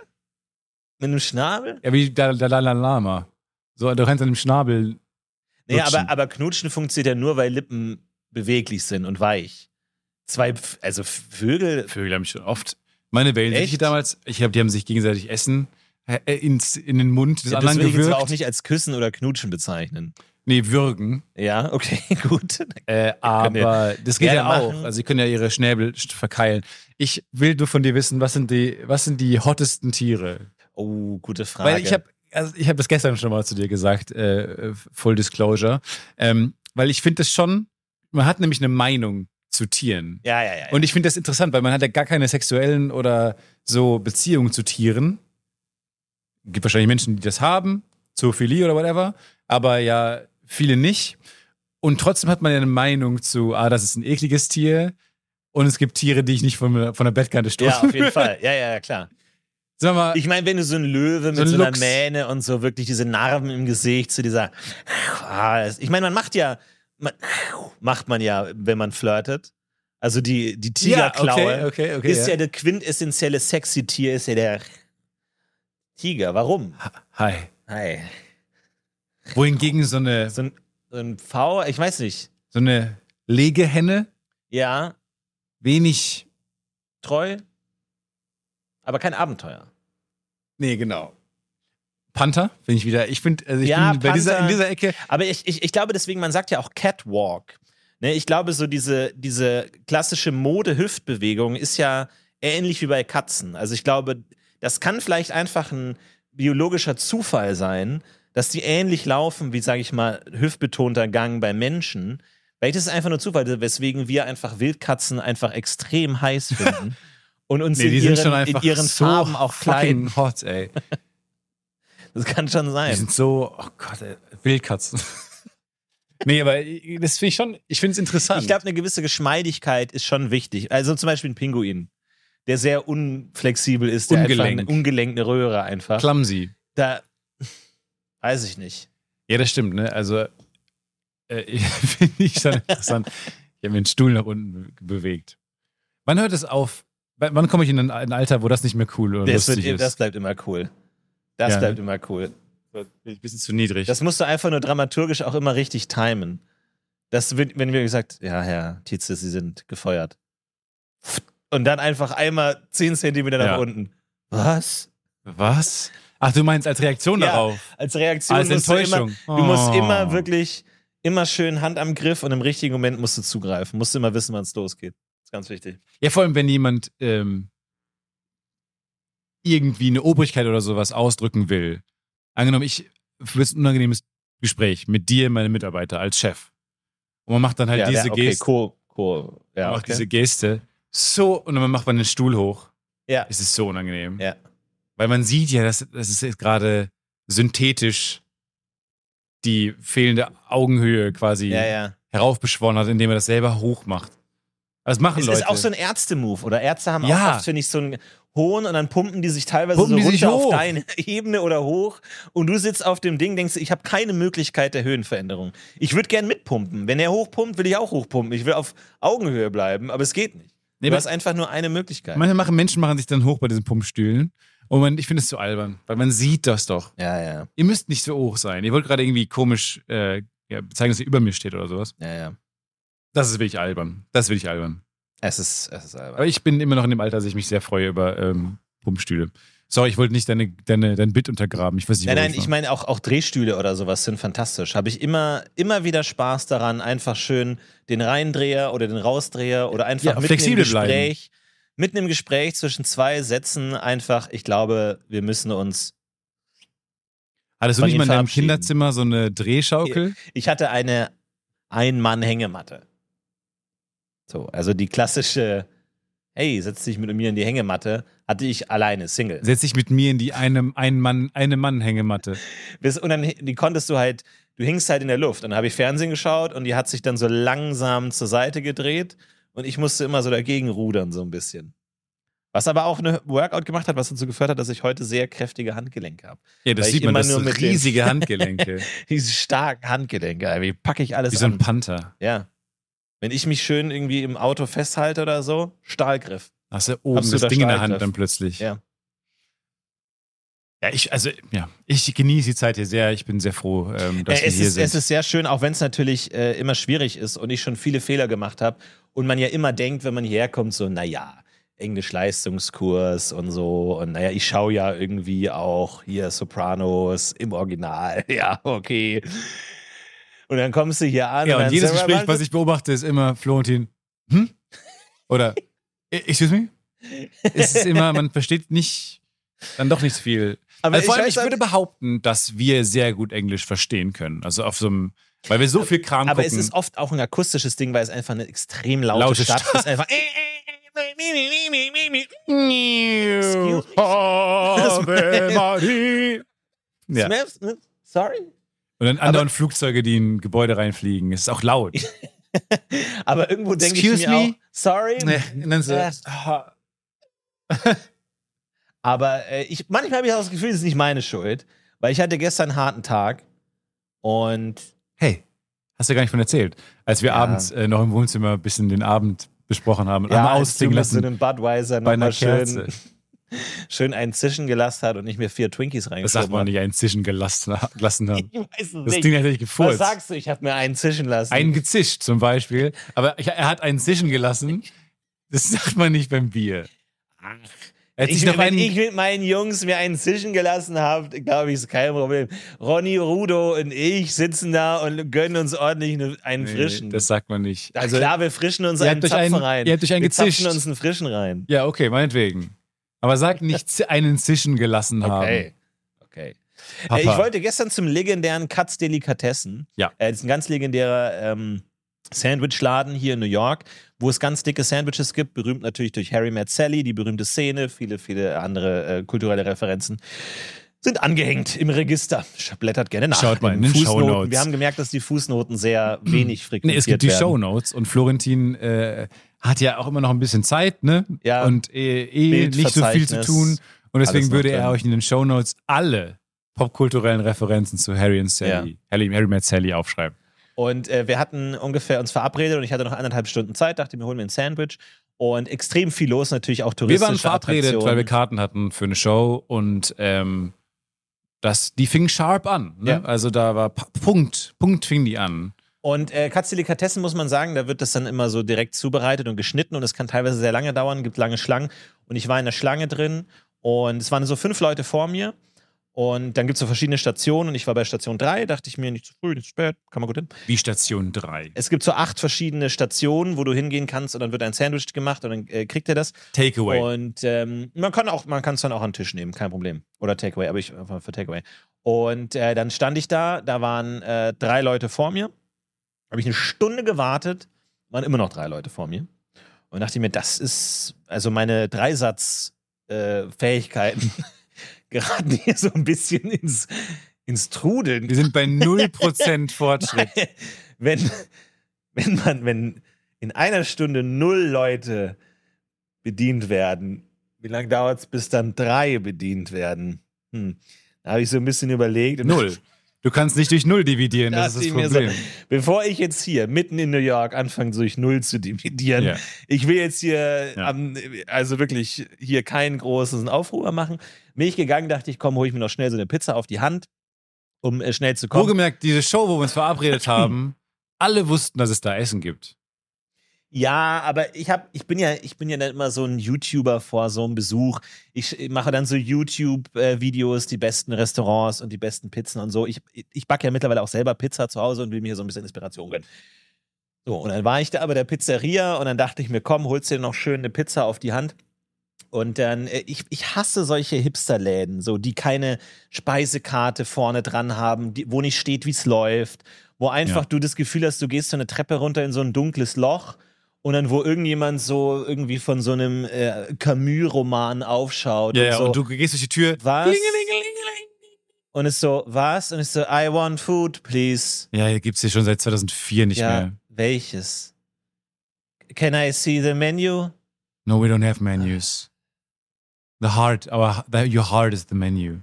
S2: Mit einem Schnabel?
S3: Ja, wie der Dalai Lama. So, du rennst an dem Schnabel.
S2: Nee,
S3: Lutschen.
S2: aber, aber Knutschen funktioniert ja nur, weil Lippen beweglich sind und weich. Zwei, Pf- also Vögel.
S3: Vögel haben schon oft. Meine Wellensiche
S2: Echt?
S3: damals, ich hab, die haben sich gegenseitig Essen äh, ins, in den Mund des
S2: Ja, das
S3: anderen
S2: will ich jetzt aber auch
S3: gewürgt.
S2: nicht als Küssen oder Knutschen bezeichnen.
S3: Nee, würgen.
S2: Ja, okay, gut. Können
S3: Äh,
S2: wir
S3: aber das geht
S2: gerne
S3: ja auch.
S2: machen.
S3: Also sie können ja ihre Schnäbel st- verkeilen. Ich will nur von dir wissen, was sind die, was sind die hottesten Tiere?
S2: Oh, gute Frage.
S3: Weil ich habe also ich hab das gestern schon mal zu dir gesagt, äh, Full Disclosure. Ähm, weil ich finde das schon, man hat nämlich eine Meinung zu Tieren.
S2: ja, ja, ja.
S3: Und ich finde das interessant, weil man hat ja gar keine sexuellen oder so Beziehungen zu Tieren. Gibt wahrscheinlich Menschen, die das haben, Zoophilie oder whatever, aber ja viele nicht. Und trotzdem hat man ja eine Meinung zu, ah, das ist ein ekliges Tier und es gibt Tiere, die ich nicht von, von der Bettkante stoße.
S2: Ja, auf jeden Fall. Ja, ja, ja, klar.
S3: Sag mal,
S2: Ich meine, wenn du so ein Löwe mit
S3: So
S2: so,
S3: ein
S2: einer
S3: Luchs.
S2: Mähne und so wirklich diese Narben im Gesicht zu dieser. Ah, das- Ich meine, man macht ja, man, macht man ja, wenn man flirtet. Also die, die Tigerklaue
S3: Ja, okay, okay, okay.
S2: ist ja, der quintessentielle sexy Tier, ist ja der Tiger. Warum?
S3: Hi.
S2: Hi.
S3: Wohingegen so eine,
S2: So ein, so ein V, ich weiß nicht.
S3: so eine Legehenne
S2: Ja,
S3: wenig.
S2: treu, aber kein Abenteuer.
S3: Nee, genau. Panther, finde ich wieder. Ich finde, also ich
S2: Ja,
S3: bin bei dieser, in
S2: Panther.
S3: dieser Ecke
S2: Aber ich, ich, ich glaube, deswegen, man sagt ja auch Catwalk. Ne, ich glaube, so diese, diese klassische Mode-Hüftbewegung ist ja ähnlich wie bei Katzen. Also ich glaube, das kann vielleicht einfach ein biologischer Zufall sein, dass die ähnlich laufen wie, sage ich mal, hüftbetonter Gang bei Menschen. Vielleicht ist es einfach nur Zufall, weswegen wir einfach Wildkatzen einfach extrem heiß finden und uns
S3: Nee,
S2: in,
S3: die
S2: ihren,
S3: sind schon
S2: in
S3: einfach
S2: ihren
S3: so
S2: Farben auch kleiden.
S3: fucking hot, ey.
S2: Das kann schon
S3: Die
S2: sein.
S3: sind so, oh Gott, ey, Wildkatzen. nee, aber das finde ich schon, ich finde es interessant.
S2: Ich glaube, eine gewisse Geschmeidigkeit ist schon wichtig. Also zum Beispiel ein Pinguin, der sehr unflexibel ist, der
S3: Ungelenk.
S2: einfach eine ungelenkte Röhre einfach.
S3: clumsy.
S2: Da weiß ich nicht.
S3: Ja, das stimmt, ne? Also, äh, finde ich schon interessant. Ich habe mir den Stuhl nach unten be- bewegt. Wann hört es auf? W- Wann komme ich in ein ein Alter, wo das nicht mehr cool oder
S2: Das,
S3: lustig
S2: wird,
S3: ist?
S2: das bleibt immer cool. Das
S3: Ja, ne?
S2: bleibt immer cool.
S3: bin ich ein bisschen zu niedrig.
S2: Das musst du einfach nur dramaturgisch auch immer richtig timen. Das wird, wenn wir gesagt, ja, Herr Tietze, Sie sind gefeuert. Und dann einfach einmal 10 Zentimeter nach
S3: Ja.
S2: unten. Was?
S3: Was? Ach, du meinst als Reaktion
S2: Ja,
S3: darauf? Ah,
S2: Als Reaktion
S3: Als
S2: musst du immer,
S3: Enttäuschung.
S2: Du musst
S3: Oh.
S2: immer wirklich, immer schön Hand am Griff und im richtigen Moment musst du zugreifen. Musst du immer wissen, wann es losgeht. ist ganz wichtig.
S3: Ja, vor allem, wenn jemand ähm, irgendwie eine Obrigkeit oder sowas ausdrücken will. Angenommen, ich führe ein unangenehmes Gespräch mit dir, meine Mitarbeiter, als Chef. Und man macht dann halt
S2: ja,
S3: diese
S2: ja, okay,
S3: Geste.
S2: Co, Co, ja,
S3: man macht diese
S2: okay.
S3: Geste. So, und dann macht man den Stuhl hoch.
S2: Ja.
S3: Es ist so unangenehm.
S2: Ja.
S3: Weil man sieht ja, dass das ist jetzt gerade synthetisch die fehlende Augenhöhe quasi
S2: ja, ja.
S3: heraufbeschworen hat, indem er das selber hochmacht. Das machen
S2: Es
S3: Leute.
S2: ist auch so ein Ärzte-Move, oder? Ärzte haben
S3: Ja.
S2: auch oft, finde ich, so einen hohen und dann pumpen die sich teilweise
S3: Pumpen
S2: so
S3: die sich
S2: runter auf
S3: hoch.
S2: deine Ebene oder hoch und du sitzt auf dem Ding, denkst, ich habe keine Möglichkeit der Höhenveränderung. Ich würde gern mitpumpen. Wenn er hochpumpt, will ich auch hochpumpen. Ich will auf Augenhöhe bleiben, aber es geht nicht.
S3: Nee,
S2: du
S3: aber-
S2: hast einfach nur eine Möglichkeit.
S3: Manche machen, Menschen machen sich dann hoch bei diesen Pumpstühlen. Und man, ich finde es zu albern, weil man sieht das doch.
S2: ja, ja,
S3: Ihr müsst nicht so hoch sein. Ihr wollt gerade irgendwie komisch äh, ja, zeigen, dass ihr über mir steht oder sowas.
S2: ja, ja.
S3: Das ist wirklich albern. Das will ich albern.
S2: Es ist, es ist albern.
S3: Aber ich bin immer noch in dem Alter, dass ich mich sehr freue über ähm, Pumpstühle. Sorry, ich wollte nicht deine, deine, dein Bit untergraben. Ich weiß nicht,
S2: Nein,
S3: wo
S2: nein,
S3: war.
S2: ich meine auch, auch Drehstühle oder sowas sind fantastisch. Habe ich immer, immer wieder Spaß daran, einfach schön den Reindreher oder den Rausdreher oder einfach
S3: Ja,
S2: mitten
S3: flexibel
S2: im Gespräch. mitten im Gespräch zwischen zwei Sätzen einfach, ich glaube, wir müssen uns.
S3: Hattest du
S2: Von
S3: nicht
S2: ihm
S3: mal in deinem
S2: verabschieden.
S3: Kinderzimmer so eine Drehschaukel?
S2: Ich hatte eine Ein-Mann-Hängematte. So, also die klassische, hey, setz dich mit mir in die Hängematte, hatte ich alleine, Single.
S3: Setz dich mit mir in die einem ein Mann eine Mann Hängematte.
S2: Bis, und dann die konntest du halt, du hingst halt in der Luft. Und dann habe ich Fernsehen geschaut und die hat sich dann so langsam zur Seite gedreht und ich musste immer so dagegen rudern, so ein bisschen. Was aber auch eine Workout gemacht hat, was dazu geführt hat, dass ich heute sehr kräftige Handgelenke habe.
S3: Ja, das
S2: Weil ich
S3: sieht man,
S2: immer
S3: das
S2: nur
S3: sind
S2: mit den-
S3: riesige Handgelenke,
S2: Diese starken Handgelenke, ey, wie packe ich alles
S3: wie so
S2: an?
S3: ein Panther.
S2: ja. Wenn ich mich schön irgendwie im Auto festhalte oder so, Stahlgriff.
S3: Hast du oben
S2: Absoluter
S3: das Ding in der
S2: Stahlgriff.
S3: Hand dann plötzlich.
S2: Ja.
S3: Ja, ich also ja, ich genieße die Zeit hier sehr. Ich bin sehr froh, ähm, dass
S2: Äh,
S3: wir
S2: es,
S3: hier
S2: ist,
S3: sind.
S2: es ist sehr schön, auch wenn es natürlich äh, immer schwierig ist und ich schon viele Fehler gemacht habe und man ja immer denkt, wenn man hierher kommt, so, naja, Englisch-Leistungskurs und so und naja, ich schaue ja irgendwie auch hier Sopranos im Original, ja, okay. Und dann kommst du hier an
S3: ja,
S2: und,
S3: und
S2: dann
S3: jedes
S2: so,
S3: Gespräch, was ich beobachte, ist immer Florentin. Hm? Oder "E- Excuse me? Es ist immer, man versteht nicht, dann doch nicht so viel.
S2: Aber
S3: also vor allem,
S2: weiß
S3: ich würde behaupten, dass wir sehr gut Englisch verstehen können. Also auf so einem, weil wir so viel Kram
S2: Aber
S3: gucken.
S2: es ist oft auch ein akustisches Ding, weil es einfach eine extrem laute,
S3: Laute
S2: Stadt,
S3: Stadt.
S2: ist. Einfach Excuse
S3: Ave Maria. Ja.
S2: Smith, Smith, sorry.
S3: Und dann anderen Flugzeuge, die in Gebäude reinfliegen. Es ist auch laut.
S2: Aber irgendwo denke ich
S3: Excuse
S2: mir
S3: me?
S2: auch, sorry.
S3: Und dann so,
S2: Äh.
S3: ah.
S2: Aber äh, ich, manchmal habe ich auch das Gefühl, es ist nicht meine Schuld, weil ich hatte gestern einen harten Tag und
S3: hey, hast du gar nicht von erzählt. Als wir
S2: Ja.
S3: abends äh, noch im Wohnzimmer ein bisschen den Abend besprochen haben und einmal
S2: als
S3: ausklingen
S2: du mit so
S3: lassen
S2: einem Budweiser
S3: bei einer
S2: nochmal
S3: Kerze.
S2: schön, schön einen zischen gelassen hat und ich mir vier Twinkies
S3: Das
S2: reingeschoben
S3: sagt man
S2: habe.
S3: nicht, einen Zischen gelassen, gelassen haben.
S2: Ich weiß es
S3: Das
S2: nicht.
S3: Ding hat natürlich
S2: Was
S3: gefurzt.
S2: sagst du? Ich habe mir einen zischen lassen.
S3: Einen gezischt zum Beispiel. Aber ich, er hat einen Zischen gelassen. Das sagt man nicht beim Bier.
S2: Ach,
S3: Er hat
S2: ich,
S3: sich noch
S2: wenn
S3: einen,
S2: ich mit meinen Jungs mir einen zischen gelassen habe, glaube ich, ist kein Problem. Ronny, Rudo und ich sitzen da und gönnen uns ordentlich ne- einen
S3: Nee,
S2: frischen.
S3: Das sagt man nicht.
S2: also, klar, wir frischen uns
S3: ihr habt
S2: einen
S3: euch
S2: Zapfen
S3: einen-
S2: rein.
S3: ihr habt euch einen
S2: wir
S3: gezischt.
S2: zapfen uns einen frischen rein.
S3: Ja, okay, meinetwegen. Aber sag nicht z- einen Zischen gelassen haben.
S2: Okay. Okay.
S3: Papa.
S2: Äh, ich wollte gestern zum legendären Katz Delikatessen.
S3: Ja.
S2: Äh, das ist ein ganz legendärer ähm, Sandwichladen hier in New York, wo es ganz dicke Sandwiches gibt. Berühmt natürlich durch Harry Met Sally, die berühmte Szene, viele, viele andere äh, kulturelle Referenzen. Sind angehängt im Register. Sch- Blättert gerne nach.
S3: Schaut mal in den
S2: Fußnoten.
S3: Shownotes.
S2: Wir haben gemerkt, dass die Fußnoten sehr wenig
S3: nee,
S2: frequentiert
S3: es gibt die
S2: werden.
S3: Shownotes und Florentin äh, hat ja auch immer noch ein bisschen Zeit, ne?
S2: Ja.
S3: Und eh, eh nicht so viel zu
S2: Bildverzeichnis,
S3: tun. Und
S2: alles
S3: deswegen
S2: noch
S3: würde er
S2: drin.
S3: euch in den Shownotes alle popkulturellen Referenzen zu Harry und Sally, Harry, Harry Met Sally aufschreiben.
S2: Und äh, wir hatten ungefähr uns verabredet und ich hatte noch anderthalb Stunden Zeit, dachte mir, holen wir ein Sandwich. Und extrem viel los, natürlich auch
S3: Wir
S2: touristische
S3: waren verabredet,
S2: Attraktionen.
S3: weil wir Karten hatten für eine Show und ähm, das, die fing sharp an. Ne?
S2: Ja.
S3: Also da war Pa- Punkt, Punkt fing die an.
S2: Und äh, Katzelikatessen muss man sagen, da wird das dann immer so direkt zubereitet und geschnitten und es kann teilweise sehr lange dauern, gibt lange Schlangen. Und ich war in der Schlange drin und es waren so fünf Leute vor mir. Und dann gibt es so verschiedene Stationen und ich war bei Station 3, dachte ich mir, nicht zu früh, nicht zu spät, kann man gut hin.
S3: Wie Station 3.
S2: Es gibt so acht verschiedene Stationen, wo du hingehen kannst und dann wird ein Sandwich gemacht und dann äh, kriegt ihr das.
S3: Takeaway.
S2: Und ähm, man kann auch, man kann es dann auch an den Tisch nehmen, kein Problem. Oder Takeaway, aber ich einfach für Takeaway. Und äh, dann stand ich da, da waren äh, drei Leute vor mir. Habe ich eine Stunde gewartet, waren immer noch drei Leute vor mir. Und dachte mir, das ist, also meine Dreisatz-Fähigkeiten geraten hier so ein bisschen ins, ins Trudeln
S3: Wir sind bei 0% Fortschritt.
S2: wenn, wenn man, wenn in einer Stunde null Leute bedient werden, wie lange dauert es, bis dann drei bedient werden? Hm. Da habe ich so ein bisschen überlegt. und
S3: Null. Du kannst nicht durch Null dividieren, das,
S2: dachte
S3: ist
S2: ich
S3: das
S2: mir
S3: Problem.
S2: So, bevor ich jetzt hier mitten in New York anfange, durch Null zu dividieren,
S3: Ja.
S2: ich will jetzt hier,
S3: Ja.
S2: am, also wirklich hier keinen großen Aufruhr machen. Bin ich gegangen, dachte ich, komm, hole ich mir noch schnell so eine Pizza auf die Hand, um äh, schnell zu kommen.
S3: Wohlgemerkt, diese Show, wo wir uns verabredet haben, alle wussten, dass es da Essen gibt.
S2: Ja, aber ich hab, ich bin ja, ich bin ja dann immer so ein YouTuber vor so einem Besuch. Ich sch- mache dann so YouTube-Videos, die besten Restaurants und die besten Pizzen und so. Ich, ich backe ja mittlerweile auch selber Pizza zu Hause und will mir hier so ein bisschen Inspiration gönnen. So, und dann war ich da bei der Pizzeria und dann dachte ich mir, komm, holst dir noch schön eine Pizza auf die Hand. Und dann, äh, ich, ich hasse solche Hipsterläden, so die keine Speisekarte vorne dran haben, die, wo nicht steht, wie es läuft, wo einfach
S3: Ja.
S2: du das Gefühl hast, du gehst so eine Treppe runter in so ein dunkles Loch und dann, wo irgendjemand so irgendwie von so einem äh, Camus-Roman aufschaut.
S3: Ja,
S2: und
S3: ja,
S2: so,
S3: und du gehst durch die Tür.
S2: Was?
S3: Klingelingelingeling.
S2: und ist so, was? Und ich so, I want food, please.
S3: Ja, hier gibt's hier schon seit 2004 nicht
S2: ja,
S3: mehr.
S2: welches? Can I see the menu?
S3: No, we don't have menus. The heart, our the, your heart is the menu.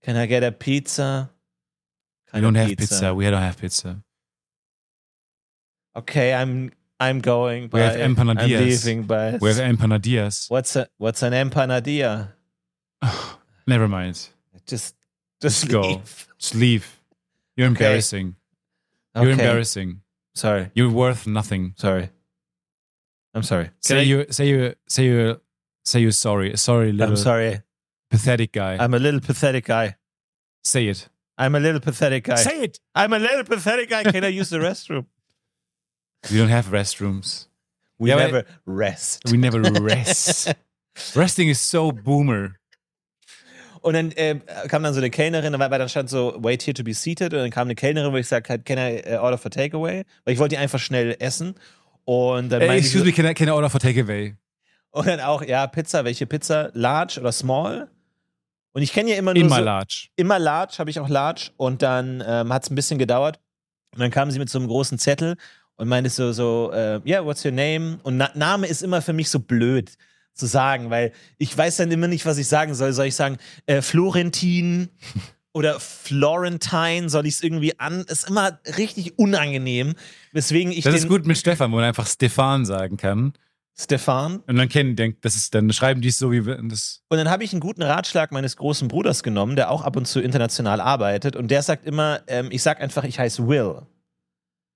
S2: Can I get a pizza?
S3: We don't have pizza. We don't have pizza.
S2: Okay, I'm I'm going.
S3: We
S2: by,
S3: have empanadillas.
S2: I'm leaving by.
S3: We have empanadillas.
S2: what's a what's an empanadilla?
S3: Never mind.
S2: Just just
S3: Let's go.
S2: leave.
S3: Just leave. You're
S2: Okay.
S3: embarrassing. You're embarrassing.
S2: Sorry,
S3: You're worth nothing.
S2: sorry. I'm sorry.
S3: say you say you say you say you're sorry. Sorry, little
S2: I'm sorry.
S3: pathetic guy.
S2: I'm a little pathetic guy.
S3: say it.
S2: I'm a little pathetic guy.
S3: Say it.
S2: I'm a little pathetic guy. Can I use the restroom?
S3: We don't have restrooms.
S2: We
S3: Yeah, but-
S2: never rest.
S3: We never rest. Resting is so boomer.
S2: Und dann äh, kam dann so eine Kellnerin, weil, weil dann stand so, wait here to be seated. Und dann kam eine Kellnerin, wo ich gesagt habe, can I äh, order for takeaway? Weil ich wollte die einfach schnell essen. Und dann meinte
S3: Hey,
S2: ich
S3: Äh, excuse
S2: so,
S3: me, can I, can I order for takeaway?
S2: und dann auch, ja, Pizza, welche Pizza? Large oder small? Und ich kenne ja immer nur
S3: Immer
S2: so,
S3: large.
S2: immer large, habe ich auch large. Und dann ähm, hat es ein bisschen gedauert. Und dann kam sie mit so einem großen Zettel und meinte so, so, äh, yeah, what's your name? Und Na Name ist immer für mich so blöd zu sagen, weil ich weiß dann immer nicht, was ich sagen soll. Soll ich sagen, äh, Florentin oder Florentine? Soll ich es irgendwie an? Ist immer richtig unangenehm. Weswegen ich
S3: Das
S2: den
S3: ist gut mit Stefan, wo man einfach Stefan sagen kann.
S2: Stefan.
S3: Und dann kennen, denkt, das ist, dann schreiben die es so, wie wir das.
S2: Und dann habe ich einen guten Ratschlag meines großen Bruders genommen, der auch ab und zu international arbeitet. Und der sagt immer, ähm, ich sag einfach, ich heiße Will.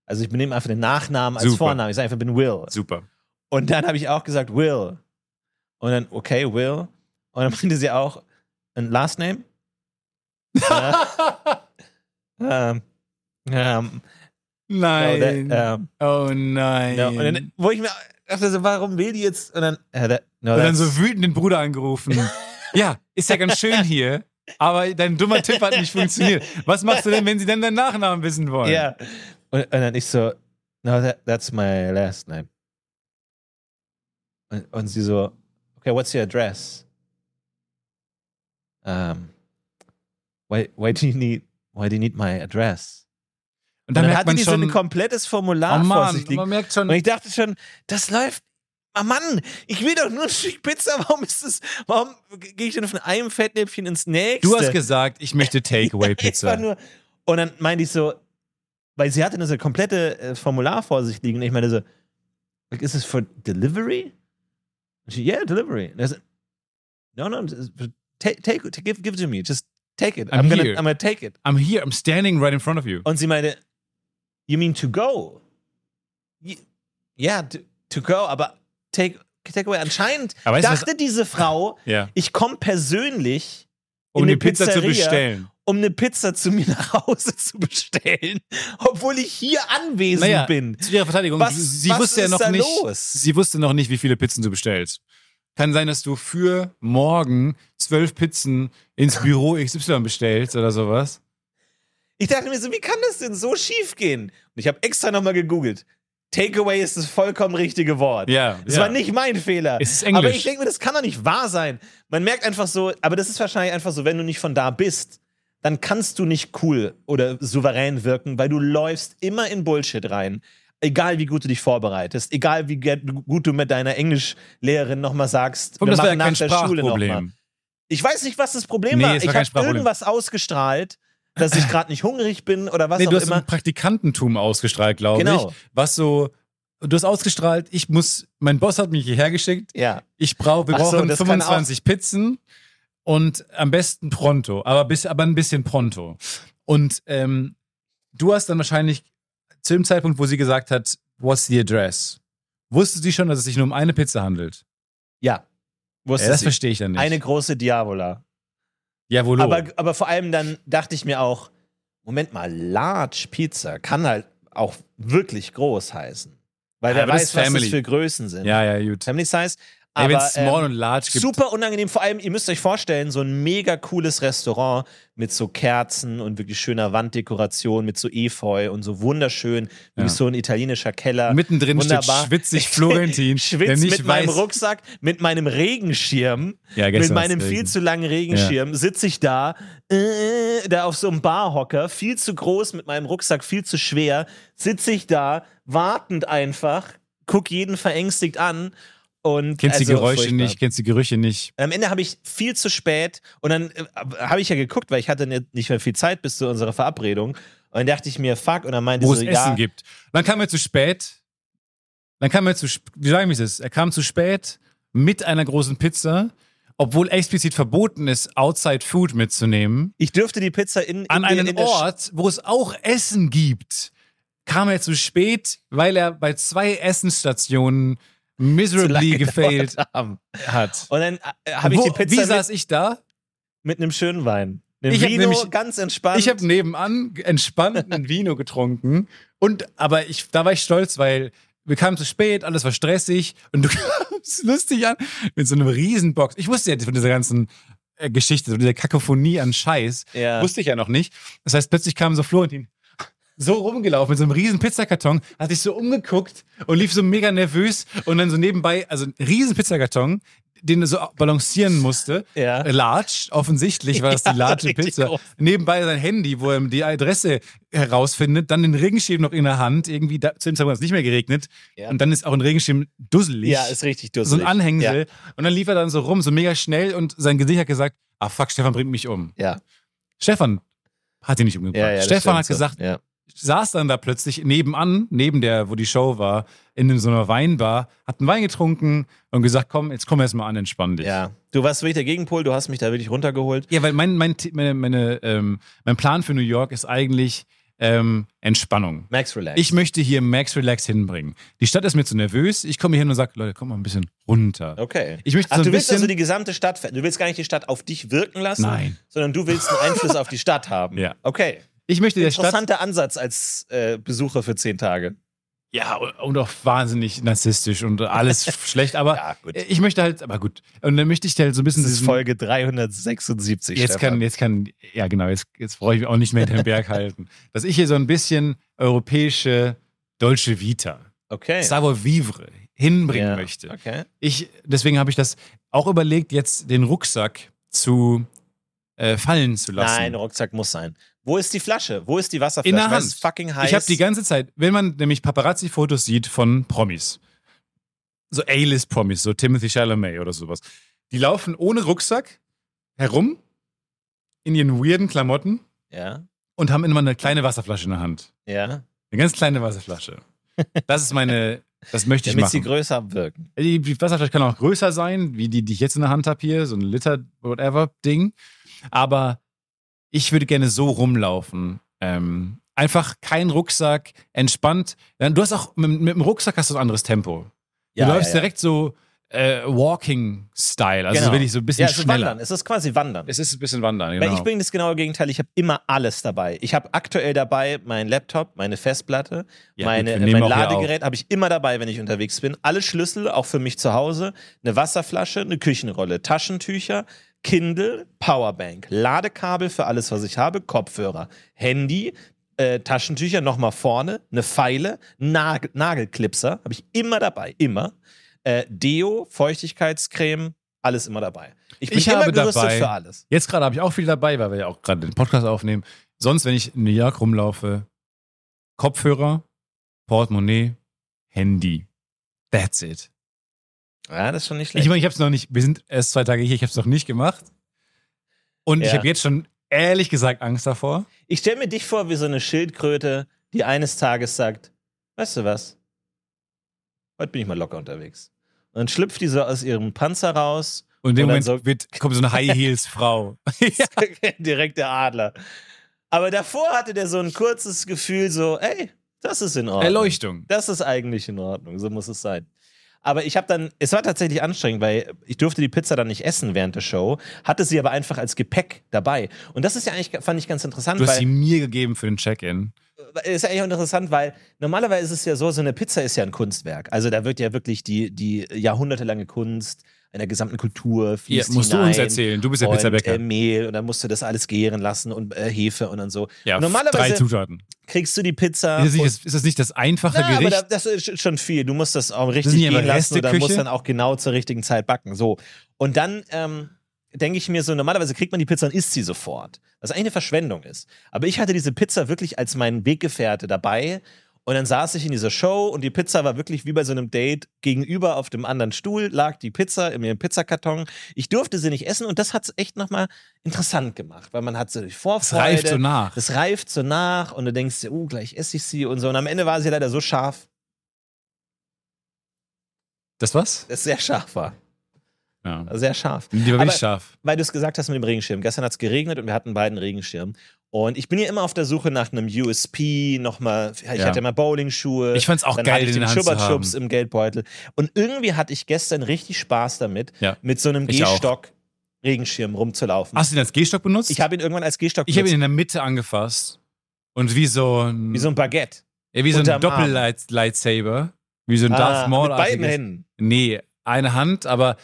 S2: Also ich benehme einfach den Nachnamen als
S3: Super.
S2: Vornamen. Ich sage einfach, ich bin Will.
S3: Super.
S2: Und dann habe ich auch gesagt, Will. Und dann, okay, Will. Und dann meinte sie auch, ein Last Name? Ja. ähm, ähm, no, that,
S3: Nein.
S2: ähm,
S3: oh nein.
S2: no. Und dann, wo ich mir dachte, so, warum will die jetzt? Und dann, äh, that, no,
S3: Und dann
S2: that's-
S3: so wütend den Bruder angerufen. ja, ist ja ganz schön hier, aber dein dummer Tipp hat nicht funktioniert. Was machst du denn, wenn sie denn deinen Nachnamen wissen wollen?
S2: Ja. Und, und dann ich so, no, that, that's my last name. Und, und sie so, okay, what's your address? Um, why, why do you need, why do you need my address?
S3: Und
S2: Und
S3: dann,
S2: dann
S3: merkt
S2: hatte
S3: man
S2: die so
S3: schon,
S2: ein komplettes
S3: oh
S2: Formular vor
S3: Mann,
S2: sich
S3: man
S2: liegen.
S3: merkt schon,
S2: Und ich dachte schon, das läuft. Ah Mann, ich will doch nur ein Stück Pizza. Warum ist es, warum gehe ich denn von einem Fettnäpfchen ins nächste?
S3: du hast gesagt, ich möchte
S2: Ich war
S3: Takeaway-Pizza.
S2: nur, und dann meinte ich so, weil sie hatte das komplette äh, Formular vor sich liegen. Und ich meinte so, like, ist es für Delivery? Und sie, yeah, Delivery. Und er so, no, no, it's for- take, take, it, give, give it to me, just take it.
S3: I'm
S2: I'm, gonna,
S3: here.
S2: I'm gonna take it.
S3: I'm here, I'm standing right in front of you.
S2: Und sie meinte, you mean to go? Y- Ja, to, to go, aber take, take away. Anscheinend
S3: Aber weißt du, was-
S2: dachte diese Frau,
S3: Ja.
S2: ich komme persönlich
S3: Um
S2: in
S3: die
S2: eine
S3: Pizza zu
S2: Pizzeria
S3: bestellen.
S2: um eine Pizza zu mir nach Hause zu bestellen, obwohl ich hier anwesend bin.
S3: Zu ihrer Verteidigung,
S2: Was-
S3: sie
S2: was
S3: wusste ja
S2: ist
S3: noch
S2: da
S3: nicht,
S2: los?
S3: sie wusste noch nicht, wie viele Pizzen du bestellst. Kann sein, dass du für morgen zwölf Pizzen ins Büro XY bestellst oder sowas.
S2: Ich dachte mir so, wie kann das denn so schief gehen? Und ich habe extra nochmal gegoogelt. Takeaway ist das vollkommen richtige Wort.
S3: Ja,
S2: Das
S3: ja.
S2: war nicht mein Fehler.
S3: Es ist Englisch.
S2: Aber ich denke mir, das kann doch nicht wahr sein. Man merkt einfach so, aber das ist wahrscheinlich einfach so, wenn du nicht von da bist, dann kannst du nicht cool oder souverän wirken, weil du läufst immer in Bullshit rein. Egal wie gut du dich vorbereitest, egal wie ge- gut du mit deiner Englischlehrerin nochmal sagst,
S3: Und
S2: wir
S3: das war ja
S2: machen nach
S3: kein
S2: der Schule nochmal.
S3: Sprachproblem.
S2: Ich weiß nicht, was das Problem
S3: Nee,
S2: war.
S3: es
S2: ich
S3: war kein
S2: habe
S3: Sprachproblem.
S2: irgendwas ausgestrahlt, dass ich gerade nicht hungrig bin oder was
S3: Nee,
S2: auch
S3: du hast so
S2: immer.
S3: ein Praktikantentum ausgestrahlt, glaube
S2: Genau.
S3: ich. Was so, du hast ausgestrahlt, ich muss, mein Boss hat mich hierher geschickt,
S2: Ja.
S3: ich brauche, wir
S2: Ach so,
S3: brauchen
S2: das kann
S3: 25 Pizzen und am besten pronto, aber, bis, aber ein bisschen pronto. Und ähm, du hast dann wahrscheinlich zu dem Zeitpunkt, wo sie gesagt hat, what's the address, wusste sie schon, dass es sich nur um eine Pizza handelt.
S2: Ja.
S3: Ja,
S2: Wusste
S3: das
S2: ich.
S3: verstehe ich dann nicht.
S2: Eine große Diavola.
S3: Jawolo.
S2: Aber, aber vor allem dann dachte ich mir auch, Moment mal, Large Pizza kann halt auch wirklich groß heißen. Weil
S3: Ja,
S2: wer
S3: aber das
S2: weiß,
S3: ist
S2: was das
S3: Family.
S2: für Größen sind.
S3: ja, ja, gut.
S2: Family Size.
S3: Ey,
S2: Ähm, Aber
S3: wenn's small
S2: ähm,
S3: und large gibt.
S2: super unangenehm. Vor allem, ihr müsst euch vorstellen, so ein mega cooles Restaurant mit so Kerzen und wirklich schöner Wanddekoration, mit so Efeu und so wunderschön,
S3: Ja.
S2: wie so ein italienischer Keller.
S3: Mittendrin
S2: Wunderbar.
S3: steht schwitzig Florentin, der
S2: Schwitz
S3: nicht
S2: mit
S3: weiß.
S2: meinem Rucksack, mit meinem Regenschirm,
S3: Ja,
S2: mit
S3: gestern war's
S2: meinem viel
S3: Regen.
S2: zu langen Regenschirm, sitze ich da, äh, da auf so einem Barhocker, viel zu groß mit meinem Rucksack, viel zu schwer, sitze ich da, wartend einfach, guck jeden verängstigt an und
S3: Kennst
S2: also,
S3: die Geräusche
S2: furchtbar.
S3: nicht, kennst die Gerüche nicht.
S2: Am Ende habe ich viel zu spät und dann äh, habe ich ja geguckt, weil ich hatte nicht nicht mehr viel Zeit bis zu unserer Verabredung. Und dann dachte ich mir, fuck, und dann meinte
S3: Wo
S2: sie
S3: es
S2: so,
S3: Essen
S2: ja,
S3: gibt. Dann kam er zu spät. Dann kam er zu sp- wie sage ich das? Er kam zu spät mit einer großen Pizza, obwohl explizit verboten ist, Outside Food mitzunehmen.
S2: ich dürfte die Pizza in, in
S3: An
S2: der- in
S3: einen
S2: der Sch-
S3: Ort, wo es auch Essen gibt, kam er zu spät, weil er bei zwei Essensstationen miserably gefailt
S2: haben.
S3: hat.
S2: Und dann äh, habe ich
S3: Wo-
S2: die
S3: Wie
S2: Pizza mit,
S3: saß ich da?
S2: mit einem schönen Wein. Einem
S3: Ich hab
S2: Vino,
S3: nämlich-
S2: ganz entspannt.
S3: Ich habe nebenan entspannt ein Vino getrunken und aber ich, da war ich stolz, weil wir kamen zu spät, alles war stressig und du kamst lustig an mit so einem Riesenbox. Ich wusste ja von dieser ganzen äh, Geschichte, von dieser Kakophonie an Scheiß,
S2: Ja.
S3: wusste ich ja noch nicht. Das heißt, plötzlich kam so Florentin so rumgelaufen mit so einem riesen Pizzakarton, hat sich so umgeguckt und lief so mega nervös und dann so nebenbei, also ein riesen Pizzakarton, den er so balancieren musste.
S2: Ja.
S3: Äh, Large, offensichtlich war das
S2: Ja,
S3: die large
S2: richtig
S3: Pizza.
S2: groß.
S3: Nebenbei sein Handy, wo er die Adresse herausfindet, dann den Regenschirm noch in der Hand, irgendwie, da, zu dem Zeitpunkt hat es nicht mehr geregnet
S2: Ja.
S3: und dann ist auch ein Regenschirm dusselig.
S2: ja, ist richtig dusselig.
S3: so ein Anhängsel. Und dann lief er dann so rum, so mega schnell und sein Gesicht hat gesagt, ah fuck, Stefan bringt mich um.
S2: Ja,
S3: Stefan hat ihn nicht umgebracht.
S2: ja, ja, das
S3: Stefan
S2: stimmt
S3: hat
S2: so.
S3: gesagt,
S2: ja.
S3: saß dann da plötzlich nebenan, neben der, wo die Show war, in so einer Weinbar, hat einen Wein getrunken und gesagt, komm, jetzt komm erst mal an, entspann dich.
S2: ja, du warst wirklich der Gegenpol, du hast mich da wirklich runtergeholt.
S3: Ja, weil mein, mein, Ti- meine, meine, ähm, mein Plan für New York ist eigentlich ähm, Entspannung.
S2: Max relax.
S3: Ich möchte hier Max Relax hinbringen. Die Stadt ist mir zu nervös. Ich komme hier hin und sage, Leute, komm mal ein bisschen runter.
S2: okay.
S3: Ich möchte
S2: Ach,
S3: so ein
S2: du willst
S3: bisschen-
S2: also die gesamte Stadt, ver- du willst gar nicht die Stadt auf dich wirken lassen,
S3: Nein.
S2: sondern du willst einen Einfluss auf die Stadt haben.
S3: Ja.
S2: Okay.
S3: Ich möchte der Stadt.
S2: Interessanter Ansatz als äh, Besucher für zehn Tage.
S3: Ja, und- und auch wahnsinnig narzisstisch und alles schlecht, aber
S2: Ja, gut.
S3: ich möchte halt, aber gut. Und dann möchte ich halt so ein bisschen
S2: Das ist
S3: Ah, diesen-
S2: Folge 376.
S3: Jetzt
S2: Stefan.
S3: kann, jetzt kann, ja genau, jetzt, jetzt brauche ich mich auch nicht mehr in den Berg halten. Dass ich hier so ein bisschen europäische Dolce Vita,
S2: okay.
S3: Savoir Vivre hinbringen
S2: Ja,
S3: möchte.
S2: Okay.
S3: Ich, deswegen habe ich das auch überlegt, jetzt den Rucksack zu äh, fallen zu lassen.
S2: Nein, Rucksack muss sein. Wo ist die Flasche? Wo ist die Wasserflasche?
S3: In der
S2: Weil
S3: Hand.
S2: es fucking heiß.
S3: ich habe die ganze Zeit, wenn man nämlich Paparazzi-Fotos sieht von Promis, so A-List-Promis, so Timothy Chalamet oder sowas, die laufen ohne Rucksack herum in ihren weirden Klamotten
S2: ja,
S3: und haben immer eine kleine Wasserflasche in der Hand.
S2: ja.
S3: Eine ganz kleine Wasserflasche. Das ist meine, das möchte ich
S2: Damit sie
S3: machen.
S2: größer wirken.
S3: Die, die Wasserflasche kann auch größer sein, wie die, die ich jetzt in der Hand habe hier, so ein Liter, whatever Ding. Aber ich würde gerne so rumlaufen. Ähm, einfach kein Rucksack, entspannt. Ja, Du hast auch, mit, mit dem Rucksack hast du ein anderes Tempo.
S2: Ja,
S3: du läufst
S2: ja, ja.
S3: direkt so äh, Walking-Style, also
S2: Genau.
S3: wirklich so ein bisschen
S2: Ja, es ist
S3: schneller.
S2: Wandern. Es ist quasi Wandern.
S3: Es ist ein bisschen Wandern,
S2: Weil
S3: genau.
S2: Ich bin das genaue Gegenteil. Ich habe immer alles dabei. Ich habe aktuell dabei meinen Laptop, meine Festplatte,
S3: Ja,
S2: meine,
S3: gut, wir
S2: äh,
S3: nehmen
S2: mein
S3: auch hier
S2: Ladegerät habe ich immer dabei, wenn ich unterwegs bin. Alle Schlüssel, auch für mich zu Hause, eine Wasserflasche, eine Küchenrolle, Taschentücher, Kindle, Powerbank, Ladekabel für alles, was ich habe, Kopfhörer, Handy, äh, Taschentücher nochmal vorne, eine Pfeile, Nagel, Nagelklipser habe ich immer dabei, immer. Äh, Deo, Feuchtigkeitscreme, alles immer dabei. Ich bin
S3: Ich
S2: immer
S3: habe
S2: gerüstet
S3: dabei-
S2: für alles.
S3: Jetzt gerade habe ich auch viel dabei, weil wir ja auch gerade den Podcast aufnehmen. Sonst, wenn ich in New York rumlaufe, Kopfhörer, Portemonnaie, Handy. That's it.
S2: Ja, das ist schon nicht schlecht.
S3: Ich meine, ich habe es noch nicht, wir sind erst zwei Tage hier, ich habe es noch nicht gemacht. Und ich
S2: Ja.
S3: habe jetzt schon ehrlich gesagt Angst davor.
S2: Ich stelle mir dich vor wie so eine Schildkröte, die eines Tages sagt, weißt du was, heute bin ich mal locker unterwegs. Und dann schlüpft die so aus ihrem Panzer raus,
S3: Und in dem
S2: Und dann
S3: Moment
S2: so-
S3: wird, kommt so eine High Heels Frau. ja.
S2: direkt der Adler. Aber davor hatte der so ein kurzes Gefühl so, ey, das ist in Ordnung.
S3: Erleuchtung.
S2: Das ist eigentlich in Ordnung, so muss es sein. Aber ich habe dann, es war tatsächlich anstrengend, weil ich durfte die Pizza dann nicht essen während der Show, hatte sie aber einfach als Gepäck dabei. Und das ist ja eigentlich, fand ich ganz interessant,
S3: Du hast
S2: weil
S3: sie mir gegeben für den Check-in.
S2: ist ja eigentlich auch interessant, weil normalerweise ist es ja so, so eine Pizza ist ja ein Kunstwerk. Also da wird ja wirklich die, die jahrhundertelange Kunst einer gesamten Kultur
S3: Ja,
S2: fließt
S3: musst du
S2: hinein.
S3: uns erzählen. Du bist der
S2: und,
S3: Pizzabäcker.
S2: Äh, Mehl und dann musst du das alles gären lassen und äh, Hefe und dann so.
S3: ja,
S2: normalerweise-
S3: drei Zutaten.
S2: Kriegst du die Pizza.
S3: ist, das
S2: und-
S3: nicht, das- ist das nicht das einfache
S2: Na, aber
S3: Gericht?
S2: da, das ist sch- schon viel. Du musst das auch
S3: Das
S2: richtig
S3: ist nicht
S2: gehen
S3: aber
S2: lassen und dann
S3: Resteküche?
S2: musst dann auch genau zur richtigen Zeit backen. So. Und dann ähm, denke ich mir so, normalerweise kriegt man die Pizza und isst sie sofort. Was eigentlich eine Verschwendung ist. Aber ich hatte diese Pizza wirklich als meinen Weggefährte dabei. Und dann saß ich in dieser Show und die Pizza war wirklich wie bei so einem Date. Gegenüber auf dem anderen Stuhl lag die Pizza in ihrem Pizzakarton. Ich durfte sie nicht essen und das hat es echt nochmal interessant gemacht, weil man hat so die
S3: es
S2: Vorfreude.
S3: reift so nach.
S2: Das reift so nach und du denkst dir, oh, gleich esse ich sie und so. Und am Ende war sie leider so scharf,
S3: Das was?
S2: dass es sehr scharf war.
S3: Ja.
S2: Sehr scharf.
S3: Die war
S2: Also, Aber-
S3: wirklich scharf.
S2: Weil du es gesagt hast mit dem Regenschirm. Gestern hat es geregnet und wir hatten beiden Regenschirm. Und ich bin ja immer auf der Suche nach einem USP, nochmal, ich
S3: Ja.
S2: hatte immer Bowlingschuhe.
S3: Ich fand's auch
S2: äh, dann
S3: geil,
S2: hatte ich
S3: den in der Hand zu haben.
S2: Schubert-Schubs im Geldbeutel. Und irgendwie hatte ich gestern richtig Spaß damit,
S3: Ja.
S2: mit so einem
S3: Ich auch.
S2: Gehstock Regenschirm rumzulaufen.
S3: Hast du den als Gehstock benutzt?
S2: Ich habe ihn irgendwann als Gehstock
S3: Ich habe ihn
S2: benutzt.
S3: in der Mitte angefasst. Und wie so ein,
S2: wie so ein Baguette.
S3: ja, wie so ein
S2: unterm Arm. Ah,
S3: Doppel-Lightsaber. Wie so ein Darth
S2: mit
S3: Maul.
S2: beiden Händen.
S3: Nee, eine Hand, aber.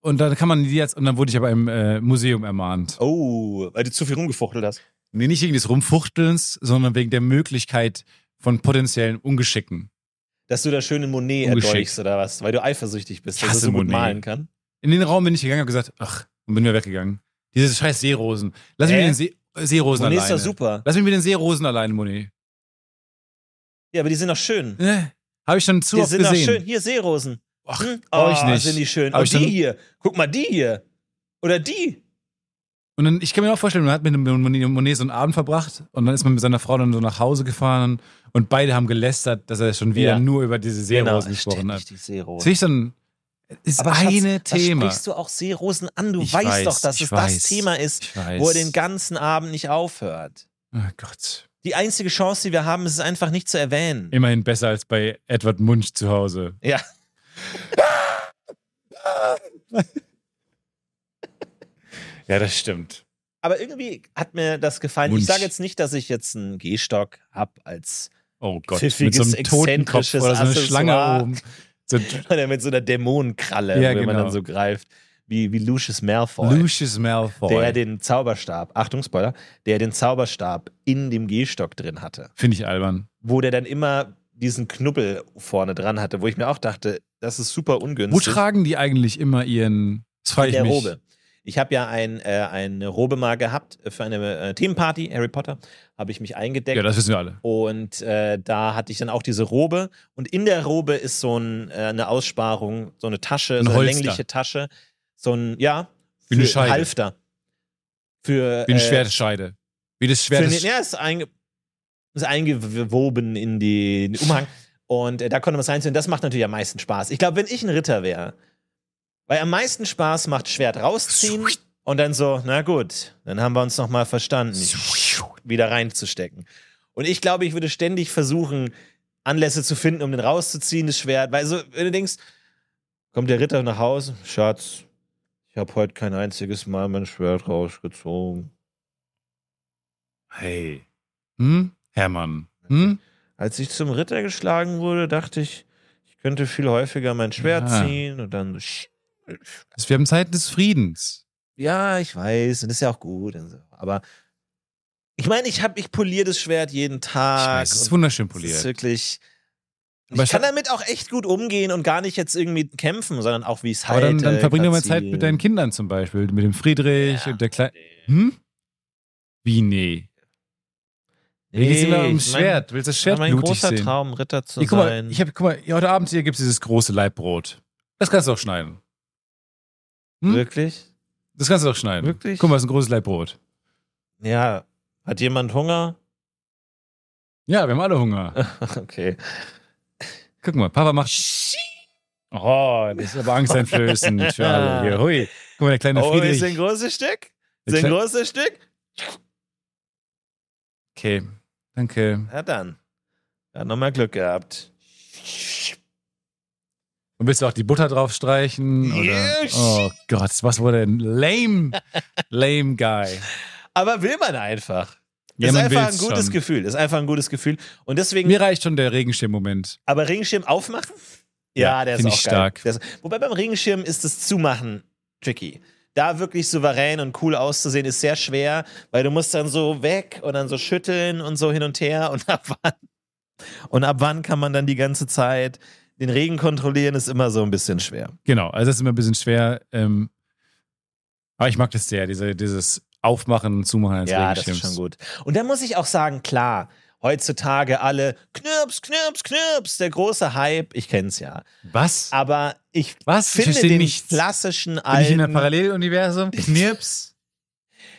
S3: Und dann kann man die jetzt. Und dann wurde ich aber im äh, Museum ermahnt.
S2: Oh, weil du zu viel rumgefuchtelt hast.
S3: Nee, nicht wegen des Rumfuchtelns, sondern wegen der Möglichkeit von potenziellen Ungeschicken.
S2: Dass du da schön in Monet
S3: Ungeschickt.
S2: erdolchst oder was, weil du eifersüchtig bist,
S3: Ich
S2: dass er
S3: hasse
S2: so gut
S3: Monet.
S2: malen kann.
S3: In den Raum bin ich gegangen und gesagt, ach, und bin wieder weggegangen. Diese scheiß Seerosen. Lass mich
S2: Hä?
S3: mit den See Seerosen
S2: Monet ist
S3: alleine.
S2: doch super.
S3: Lass mich mit den Seerosen alleine, Monet.
S2: Ja, aber die sind doch schön.
S3: Ne? Habe ich schon zu
S2: Die
S3: oft
S2: sind doch schön.
S3: gesehen.
S2: Hier Seerosen.
S3: Ach,
S2: Hm?
S3: brauch ich nicht.
S2: sind die schön.
S3: Hab
S2: Und
S3: ich
S2: die
S3: dann-
S2: hier. Guck mal, die hier. Oder die.
S3: Und dann, ich kann mir auch vorstellen, man hat mit dem Monet, Monet so einen Abend verbracht und dann ist man mit seiner Frau dann so nach Hause gefahren und beide haben gelästert, dass er schon wieder
S2: Ja.
S3: nur über diese Seerosen gesprochen
S2: Genau. ständig
S3: hat.
S2: die
S3: Das
S2: Seerosen.
S3: finde ich so ein, ist
S2: Aber Schatz,
S3: eine
S2: da
S3: Thema.
S2: sprichst du auch Seerosen an. Du
S3: Ich
S2: weißt
S3: weiß,
S2: doch, dass
S3: ich
S2: es
S3: weiß.
S2: das Thema ist,
S3: ich weiß.
S2: wo er den ganzen Abend nicht aufhört.
S3: oh Gott.
S2: Die einzige Chance, die wir haben, ist es einfach nicht zu erwähnen.
S3: Immerhin besser als bei Edward Munch zu Hause.
S2: Ja.
S3: Ja, das stimmt.
S2: Aber irgendwie hat mir das gefallen.
S3: Wunsch.
S2: Ich sage jetzt nicht, dass ich jetzt einen Gehstock habe als
S3: Oh Gott,
S2: Pfiffiges,
S3: mit so einem Totenkopf
S2: exzentrisches
S3: oder so eine
S2: Accessoire.
S3: Schlange oben. So
S2: Oder mit so einer Dämonenkralle,
S3: Ja,
S2: wenn man
S3: genau.
S2: dann so greift, wie, wie Lucius Malfoy,
S3: Lucius
S2: der
S3: Malfoy.
S2: den Zauberstab, Achtung, Spoiler, der den Zauberstab in dem Gehstock drin hatte,
S3: Finde ich albern.
S2: wo der dann immer diesen Knubbel vorne dran hatte, wo ich mir auch dachte, das ist super
S3: Wo
S2: ungünstig.
S3: tragen die eigentlich immer ihren... Das frage
S2: in
S3: ich
S2: der
S3: mich.
S2: Robe. Ich habe ja ein, äh, eine Robe mal gehabt für eine äh, Themenparty, Harry Potter, habe ich mich eingedeckt.
S3: Ja, das wissen wir alle.
S2: Und äh, da hatte ich dann auch diese Robe. Und in der Robe ist so ein, äh, eine Aussparung, so eine Tasche,
S3: Ein
S2: so eine
S3: Holster.
S2: längliche Tasche. So ein, ja,
S3: Wie eine
S2: ein
S3: Scheide.
S2: Halfter. Für,
S3: Wie eine
S2: äh,
S3: Schwertscheide. Wie das
S2: für
S3: Schwert
S2: den,
S3: des
S2: ja, ist, einge, ist eingewoben in die- in den Umhang. Und äh, da konnte man es reinziehen. Das macht natürlich am meisten Spaß. Ich glaube, wenn ich ein Ritter wäre, weil am meisten Spaß macht Schwert rausziehen und dann so, na gut, dann haben wir uns nochmal verstanden wieder reinzustecken. Und ich glaube, ich würde ständig versuchen, Anlässe zu finden, um den rauszuziehen, das Schwert. Weil so, wenn du denkst, kommt der Ritter nach Hause, Schatz, ich habe heute kein einziges Mal mein Schwert rausgezogen.
S3: Hey. Hm? Hermann. Hm?
S2: Als ich zum Ritter geschlagen wurde, dachte ich, ich könnte viel häufiger mein Schwert
S3: Ja.
S2: ziehen und dann so, sch-
S3: Wir haben Zeiten des Friedens.
S2: ja, ich weiß, und das ist ja auch gut. Und so. Aber ich meine, ich habe, ich poliere das Schwert jeden
S3: Ich
S2: Tag.
S3: weiß, es ist
S2: und
S3: wunderschön
S2: Ah, Das ist
S3: poliert.
S2: wirklich.
S3: Aber
S2: ich kann
S3: scha-
S2: damit auch echt gut umgehen und gar nicht jetzt irgendwie kämpfen, sondern auch wie es
S3: Aber
S2: halt.
S3: dann, dann verbring doch mal Zeit mit deinen Kindern zum Beispiel. Mit dem Friedrich
S2: Ja.
S3: und der Kleinen. Hm? Wie nee? Wie geht's immer ums Schwert? Willst du das Schwert
S2: mein
S3: blutig
S2: großer
S3: sehen?
S2: Traum, Ritter zu
S3: Hier, guck mal,
S2: sein.
S3: ich hab, guck mal, heute Abend hier gibt's dieses große Leibbrot. Das kannst du auch schneiden. Hm?
S2: Wirklich?
S3: Das kannst du auch schneiden.
S2: Wirklich?
S3: Guck mal, das ist ein großes Leibbrot.
S2: Ja. Hat jemand Hunger?
S3: Ja, wir haben alle Hunger.
S2: Okay.
S3: Guck mal, Papa macht Oh, das ist aber angsteinflößend für alle hier. Hui. Guck mal, der kleine
S2: Oh,
S3: Friedrich.
S2: ist ein großes Stück? Ist
S3: Der
S2: ein
S3: Kleine-
S2: großes Stück?
S3: Okay, danke.
S2: Ja, dann. Hat nochmal Glück gehabt.
S3: Und willst du auch die Butter drauf streichen? Oder?
S2: Yeah,
S3: Oh Gott, was wurde denn? Lame, lame guy.
S2: Aber will man einfach. Das ist
S3: man
S2: einfach ein
S3: will's
S2: gutes
S3: schon.
S2: Gefühl. Das ist einfach ein gutes Gefühl. Und deswegen,
S3: Mir reicht schon der Regenschirm-Moment.
S2: aber Regenschirm aufmachen? Ja,
S3: Ja,
S2: der ist auch
S3: find ich
S2: geil.
S3: stark.
S2: Der ist, wobei beim Regenschirm ist das Zumachen tricky. Da wirklich souverän und cool auszusehen ist sehr schwer, weil du musst dann so weg und dann so schütteln und so hin und her und ab wann. Und ab wann kann man dann die ganze Zeit den Regen kontrollieren, ist immer so ein bisschen schwer.
S3: Genau, also das ist immer ein bisschen schwer. Ähm, aber ich mag das sehr, diese, dieses Aufmachen und Zumachen eines
S2: Ja, das
S3: Regenschirms.
S2: ist schon gut. Und dann muss ich auch sagen, klar, heutzutage alle Knirps, Knirps, Knirps, der große Hype, ich kenn's ja.
S3: Was?
S2: Aber ich
S3: Was?
S2: Ah,
S3: Ich
S2: finde
S3: verstehe
S2: den
S3: nichts.
S2: klassischen
S3: Bin ich in einem
S2: alten
S3: Paralleluniversum? Knirps?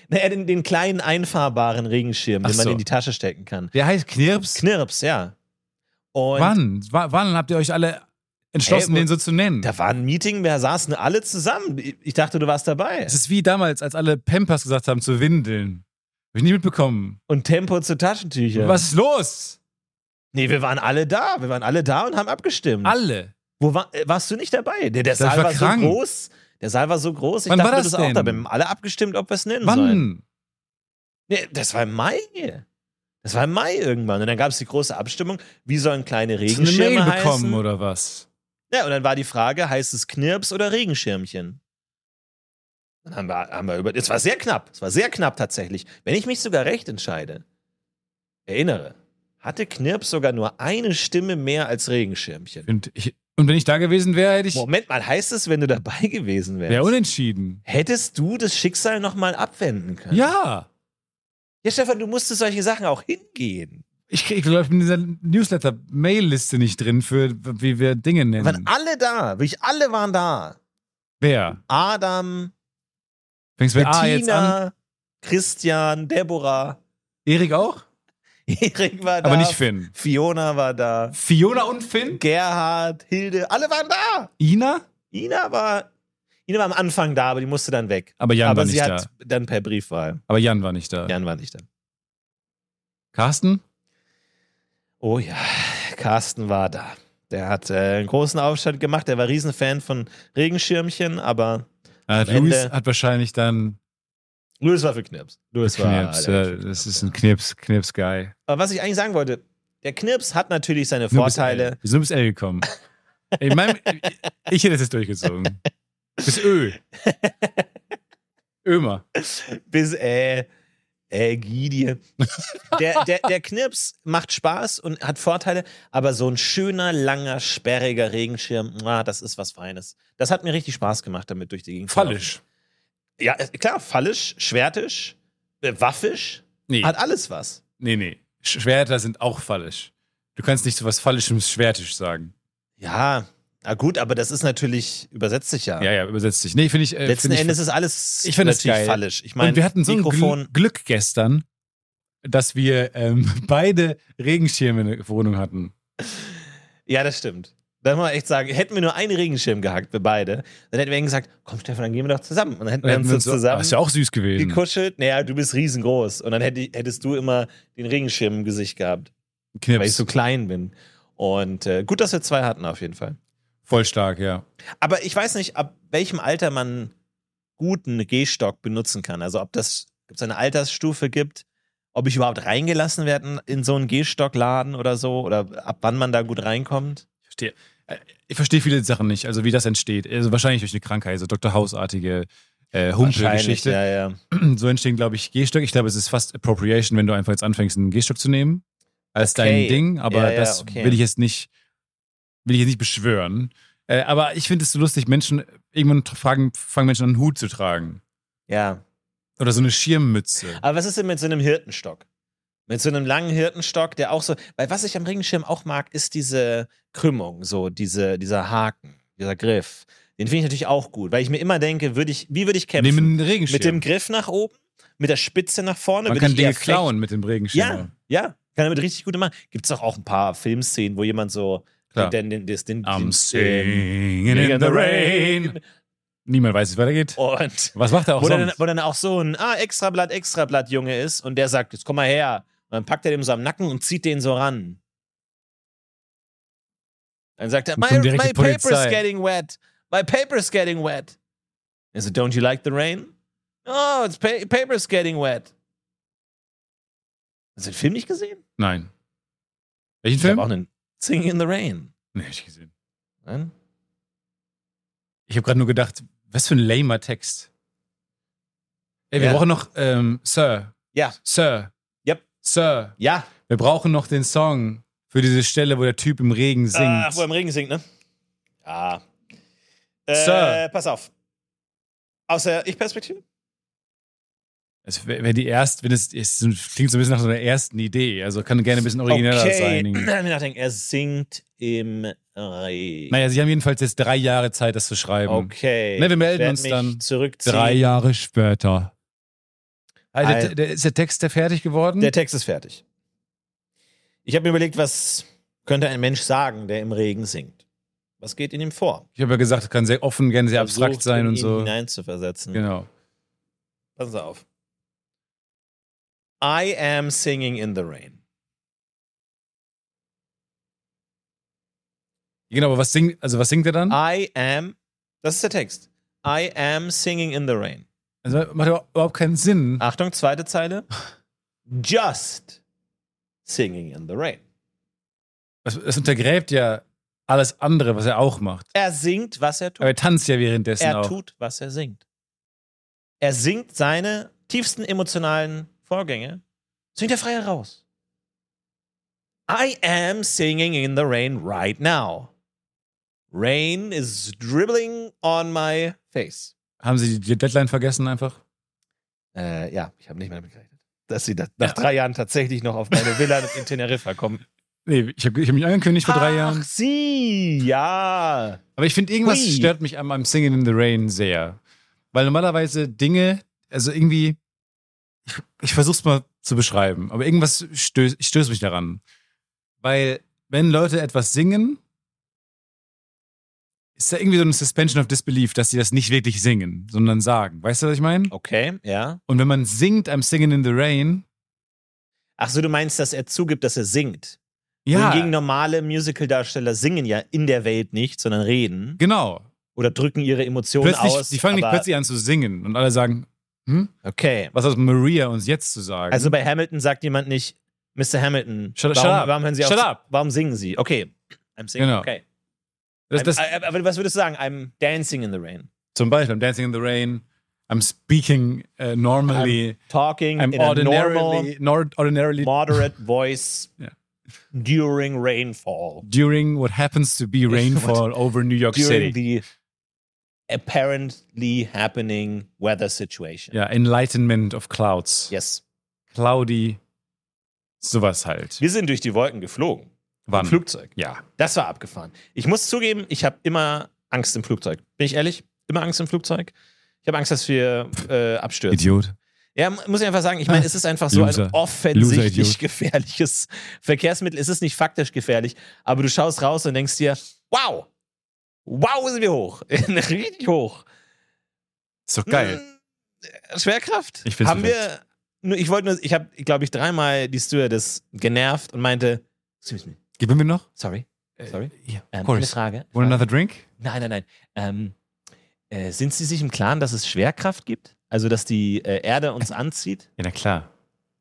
S2: Naja, den, den kleinen einfahrbaren Regenschirm,
S3: Ach
S2: den man
S3: so.
S2: in die Tasche stecken kann.
S3: Der heißt Knirps?
S2: Knirps, ja. Und
S3: Wann? Wa- Wann habt ihr euch alle entschlossen,
S2: Ey, wo-
S3: den so zu nennen?
S2: da war ein Meeting, wir saßen alle zusammen. Ich ich dachte, du warst dabei.
S3: Es ist wie damals, als alle Pampers gesagt haben, zu windeln. Hab ich nie mitbekommen.
S2: Und Tempo zu Taschentüchern.
S3: Was ist los?
S2: Nee, wir waren alle da. Wir waren alle da und haben abgestimmt.
S3: Alle.
S2: Wo war, äh, warst du nicht dabei? Der, der
S3: Das war
S2: Saal war, so
S3: krank.
S2: groß. Der Saal war so groß. Ich
S3: Wann
S2: dachte,
S3: war das
S2: du bist auch
S3: denn?
S2: da. Wir haben alle abgestimmt, ob wir es nennen sollen.
S3: Wann?
S2: Nee, das war im Mai. Das war im Mai irgendwann. Und dann gab es die große Abstimmung, wie sollen kleine
S3: Hast du eine
S2: Regenschirme
S3: Mail
S2: heißen?
S3: bekommen oder was?
S2: Ja, und dann war die Frage, heißt es Knirps oder Regenschirmchen? Dann haben wir, haben wir über. Es war sehr knapp. Es war sehr knapp tatsächlich. Wenn ich mich sogar recht entscheide, erinnere, hatte Knirps sogar nur eine Stimme mehr als Regenschirmchen.
S3: Und, ich, und wenn ich da gewesen wäre, hätte ich.
S2: Moment mal, heißt es, wenn du dabei gewesen wärst,
S3: Wäre unentschieden.
S2: hättest du das Schicksal nochmal abwenden können?
S3: Ja.
S2: Ja, Stefan, du musst zu solchen Sachen auch hingehen.
S3: Ich, krieg- ich glaube, ich bin in dieser Newsletter-Mail-Liste nicht drin, für wie wir Dinge nennen.
S2: Waren alle da. Wirklich alle waren da.
S3: Wer?
S2: Adam,
S3: Fängst du mit A jetzt an?
S2: Bettina, Christian, Deborah,
S3: Erik auch?
S2: Erik war da.
S3: Aber nicht Finn.
S2: Fiona war da.
S3: Fiona und Finn?
S2: Gerhard, Hilde, alle waren da.
S3: Ina?
S2: Ina war, Ina war am Anfang da, aber die musste dann weg.
S3: Aber Jan
S2: aber
S3: war
S2: sie
S3: nicht
S2: hat
S3: da.
S2: dann per Briefwahl.
S3: Aber Jan war nicht da.
S2: Jan war nicht da.
S3: Carsten?
S2: Oh ja, Carsten war da. Der hat äh, einen großen Aufstand gemacht. Der war Riesenfan von Regenschirmchen, aber
S3: Äh,
S2: Ende-
S3: Luis hat wahrscheinlich dann
S2: Louis war für Knirps. Louis
S3: Knips.
S2: war.
S3: Ja, das ist ein Knips, Knips-Guy.
S2: aber was ich eigentlich sagen wollte, der Knirps hat natürlich seine
S3: Nur bis
S2: Vorteile.
S3: L. Wir sind bis L gekommen. Ich, mein, ich hätte es jetzt durchgezogen. Bis Ö. Ömer.
S2: bis äh, äh, Gidie. Der, der, der Knips macht Spaß und hat Vorteile, aber so ein schöner, langer, sperriger Regenschirm, mua, das ist was Feines. Das hat mir richtig Spaß gemacht, damit durch die Gegend. zu
S3: Fallisch.
S2: laufen. Ja, äh, klar, fallisch, schwertisch, äh, waffisch,
S3: Nee.
S2: hat alles was.
S3: Nee, nee. Sch- Schwerter sind auch fallisch. Du kannst nicht so was Fallischem Schwertisch sagen.
S2: Ja, na gut, aber das ist natürlich, übersetzt sich ja.
S3: Ja, ja, übersetzt dich. Nee, finde ich. Äh,
S2: Letzten
S3: find ich
S2: Endes ist alles
S3: Ich find das
S2: natürlich
S3: geil.
S2: fallisch. Ich
S3: Und wir
S2: meine,
S3: hatten so
S2: Mikrofon.
S3: ein Gl Glück gestern, dass wir ähm, beide Regenschirme in der Wohnung hatten.
S2: Ja, das stimmt. Da muss man echt sagen, hätten wir nur einen Regenschirm gehackt, wir beide, dann hätten wir gesagt, komm Stefan, dann gehen wir doch zusammen. Und dann hätten wir uns so
S3: so- Ah,
S2: zusammen
S3: ist ja auch süß gewesen.
S2: gekuschelt. Naja, du bist riesengroß. Und dann hätte, ich- hättest du immer den Regenschirm im Gesicht gehabt,
S3: Knips.
S2: weil ich so klein bin. Und äh, gut, dass wir zwei hatten auf jeden Fall.
S3: Voll stark, ja.
S2: Aber ich weiß nicht, ab welchem Alter man guten Gehstock benutzen kann. Also ob das ob es eine Altersstufe gibt, ob ich überhaupt reingelassen werde in so einen Gehstockladen oder so, oder ab wann man da gut reinkommt.
S3: Verstehe. Äh, Ich verstehe viele Sachen nicht, also wie das entsteht. Also wahrscheinlich durch eine Krankheit, so Dr. Hausartige äh,
S2: Wahrscheinlich,
S3: Humpel-Geschichte.
S2: ja, ja.
S3: So entstehen, glaube ich, Gehstöcke. Ich glaube, es ist fast Appropriation, wenn du einfach jetzt anfängst, einen Gehstock zu nehmen als
S2: Okay.
S3: dein Ding. Aber
S2: Ja, ja,
S3: das
S2: okay.
S3: will ich jetzt nicht, will ich jetzt nicht beschwören. Äh, aber ich finde es so lustig, Menschen irgendwann tra- fragen, fangen Menschen an, einen Hut zu tragen
S2: Ja.
S3: oder so eine Schirmmütze.
S2: Aber was ist denn mit so einem Hirtenstock? Mit so einem langen Hirtenstock, der auch so. Weil was ich am Regenschirm auch mag, ist diese Krümmung, so diese, dieser Haken, dieser Griff. Den finde ich natürlich auch gut, weil ich mir immer denke, würde ich, wie würde ich kämpfen?
S3: Nehmen einen Regenschirm.
S2: mit dem Griff nach oben, mit der Spitze nach vorne.
S3: Man
S2: würde
S3: kann
S2: ich eher
S3: Dinge
S2: fechten.
S3: klauen mit dem Regenschirm.
S2: Ja, ja. Kann damit richtig gute machen. Gibt es doch auch ein paar Filmszenen, wo jemand so
S3: Klar.
S2: den, den, den, den,
S3: I'm
S2: den-
S3: singing in the rain. Niemand weiß, wie es weitergeht.
S2: Und
S3: Was macht er auch
S2: wo dann,
S3: sonst?
S2: wo dann auch so ein ah, Extrablatt, Extrablatt Junge ist und der sagt, jetzt komm mal her. Und dann packt er dem so am Nacken und zieht den so ran. Dann sagt er,
S3: Und
S2: my,
S3: kommt direkt
S2: my
S3: die Polizei.
S2: paper's getting wet. My paper's getting wet. Er so, don't you like the rain? Oh, it's pa paper's getting wet. Hast du den Film nicht gesehen?
S3: Nein. Welchen
S2: Ich habe
S3: Film?
S2: auch einen Singing in the Rain.
S3: Nee, hab ich gesehen.
S2: Nein?
S3: Ich habe gerade nur gedacht, was für ein lamer Text. Ey, wir
S2: Ja.
S3: brauchen noch ähm, Sir.
S2: Ja.
S3: Sir.
S2: Yep.
S3: Sir.
S2: Ja,
S3: Wir brauchen noch den Song für diese Stelle, wo der Typ im Regen singt.
S2: Ah, wo er im Regen singt, ne? Ja. Äh,
S3: Sir.
S2: Pass auf. Aus der Ich-Perspektive?
S3: Es wäre wär die erste, wenn es, es klingt so ein bisschen nach so einer ersten Idee. Also kann gerne ein bisschen origineller sein.
S2: Wenn wir nachdenken, er singt im Regen.
S3: Naja, sie haben jedenfalls jetzt drei Jahre Zeit, das zu schreiben.
S2: Okay.
S3: Ne, wir melden
S2: Ich werd
S3: uns
S2: mich
S3: dann.
S2: Zurückziehen.
S3: Drei Jahre später. Also,
S2: Al-
S3: der, der, ist der Text der fertig geworden?
S2: Der Text ist fertig. Ich habe mir überlegt, was könnte ein Mensch sagen, der im Regen singt? Was geht in ihm vor?
S3: ich habe ja gesagt, kann sehr offen, gerne sehr abstrakt
S2: Versucht,
S3: sein
S2: in
S3: und
S2: ihn
S3: so.
S2: hineinzuversetzen.
S3: Genau.
S2: Pass auf. I am singing in the rain.
S3: Genau, aber was singt, also was singt er dann?
S2: I am, das ist der Text. I am singing in the rain.
S3: Also macht überhaupt keinen Sinn.
S2: Achtung, zweite Zeile. Just singing in the rain.
S3: Das, das untergräbt ja alles andere, was er auch macht.
S2: Er singt, was er
S3: Aber
S2: tut.
S3: er tanzt ja währenddessen
S2: Er
S3: auch.
S2: tut, was er singt. Er singt seine tiefsten emotionalen Vorgänge, singt er frei heraus. I am singing in the rain right now. Rain is dribbling on my face.
S3: Haben sie die Deadline vergessen einfach?
S2: Äh, ja, ich habe nicht mehr damit gerechnet. Dass sie da- nach drei Jahren tatsächlich noch auf meine Villa in Teneriffa kommen.
S3: Nee, ich habe ich hab mich angekündigt vor drei
S2: Ach,
S3: Jahren.
S2: sie, ja.
S3: Aber ich finde, irgendwas
S2: Hui.
S3: stört mich an meinem Singing in the Rain sehr. Weil normalerweise Dinge, also irgendwie, ich, ich versuche es mal zu beschreiben, aber irgendwas stößt stöß mich daran. Weil, wenn Leute etwas singen, ist da irgendwie so eine Suspension of Disbelief, dass sie das nicht wirklich singen, sondern sagen. Weißt du, was ich meine?
S2: Okay, ja.
S3: Und wenn man singt, I'm singing in the rain,
S2: Ach so, du meinst, dass er zugibt, dass er singt.
S3: ja,
S2: Hingegen normale Musical-Darsteller singen ja in der Welt nicht, sondern reden
S3: genau.
S2: oder drücken ihre Emotionen
S3: Plötzlich,
S2: aus.
S3: die fangen nicht
S2: aber-
S3: plötzlich an zu singen und alle sagen, hm?
S2: Okay.
S3: was hat Maria uns jetzt zu sagen?
S2: Also bei Hamilton sagt jemand nicht, Mr. Hamilton,
S3: Shut-
S2: warum,
S3: shut up.
S2: warum hören Sie auf?
S3: Shut
S2: zu-
S3: up.
S2: Warum singen Sie? Okay. I'm singing,
S3: Genau.
S2: okay.
S3: das, das,
S2: I'm- aber was würdest du sagen? I'm dancing in the rain.
S3: Zum Beispiel, I'm dancing in the rain, I'm speaking uh, normally,
S2: Talking
S3: I'm,
S2: in a normal
S3: ordinarily, nor ordinarily
S2: moderate voice
S3: Yeah.
S2: during rainfall,
S3: during what happens to be rainfall over New York
S2: during the
S3: City.
S2: apparently happening weather situation.
S3: Ja, Enlightenment of Clouds.
S2: Yes.
S3: Cloudy, sowas halt.
S2: Wir sind durch die Wolken geflogen.
S3: Wann?
S2: Im Flugzeug.
S3: Ja.
S2: Das war abgefahren. Ich muss zugeben, ich habe immer Angst im Flugzeug. Bin ich ehrlich? Immer Angst im Flugzeug? Ich habe Angst, dass wir äh, abstürzen.
S3: Idiot. Ah,
S2: Ja, mu- muss ich einfach sagen, ich meine, es ist einfach so
S3: Loser.
S2: ein offensichtlich
S3: Loser-Idiot.
S2: gefährliches Verkehrsmittel. Es ist nicht faktisch gefährlich, aber du schaust raus und denkst dir, wow, wow, sind wir hoch. Richtig hoch.
S3: Ist doch geil.
S2: Mm, Schwerkraft.
S3: Ich find's
S2: Haben wir. Nur, ich wollte nur, ich habe, glaube ich, dreimal die Stewardess genervt und meinte, excuse me,
S3: Gib mir noch?
S2: sorry, sorry.
S3: Yeah,
S2: Ähm,
S3: of
S2: eine
S3: course.
S2: Frage.
S3: Want another drink?
S2: Nein, nein, nein. Ähm, äh, sind Sie sich im Klaren, dass es Schwerkraft gibt? Also, dass die äh, Erde uns anzieht?
S3: Ja, na klar.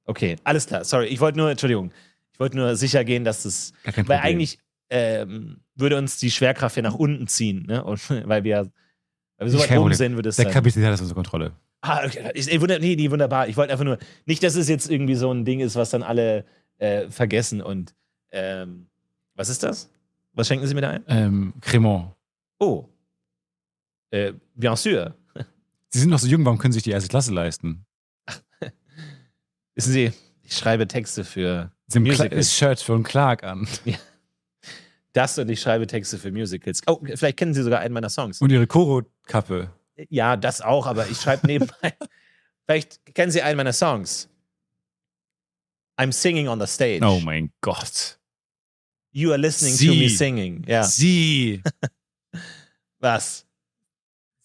S2: Okay, alles klar. Sorry, ich wollte nur, Entschuldigung, ich wollte nur sicher gehen, dass das,
S3: Gar kein
S2: weil
S3: Problem.
S2: eigentlich ähm, würde uns die Schwerkraft ja nach unten ziehen, ne? Und, weil wir, ja- weil wir so weit
S3: Kein
S2: oben
S3: Problem.
S2: sind, würde es
S3: der
S2: sein.
S3: Kapitän hat das unter Kontrolle.
S2: Ah, okay. Ist, ey, wunder, nee, nee, wunderbar. Ich wollte einfach nur, nicht, dass es jetzt irgendwie so ein Ding ist, was dann alle äh, vergessen und ähm, was ist das? Was schenken Sie mir da ein?
S3: Ähm, Cremant.
S2: Oh. Äh, bien sûr.
S3: Sie sind noch so jung, warum können Sie sich die erste Klasse leisten?
S2: Wissen Sie, ich schreibe Texte für
S3: Sie haben ein
S2: Musical.
S3: Kla- Shirt von Clark an.
S2: das und ich schreibe Texte für Musicals. Oh, vielleicht kennen Sie sogar einen meiner Songs.
S3: Und Ihre Koro-Kappe.
S2: Ja, das auch, aber ich schreibe nebenbei. vielleicht kennen Sie einen meiner Songs. I'm singing on the stage.
S3: Oh mein Gott.
S2: You are listening to
S3: Sie.
S2: me singing. Ja.
S3: Sie.
S2: Was?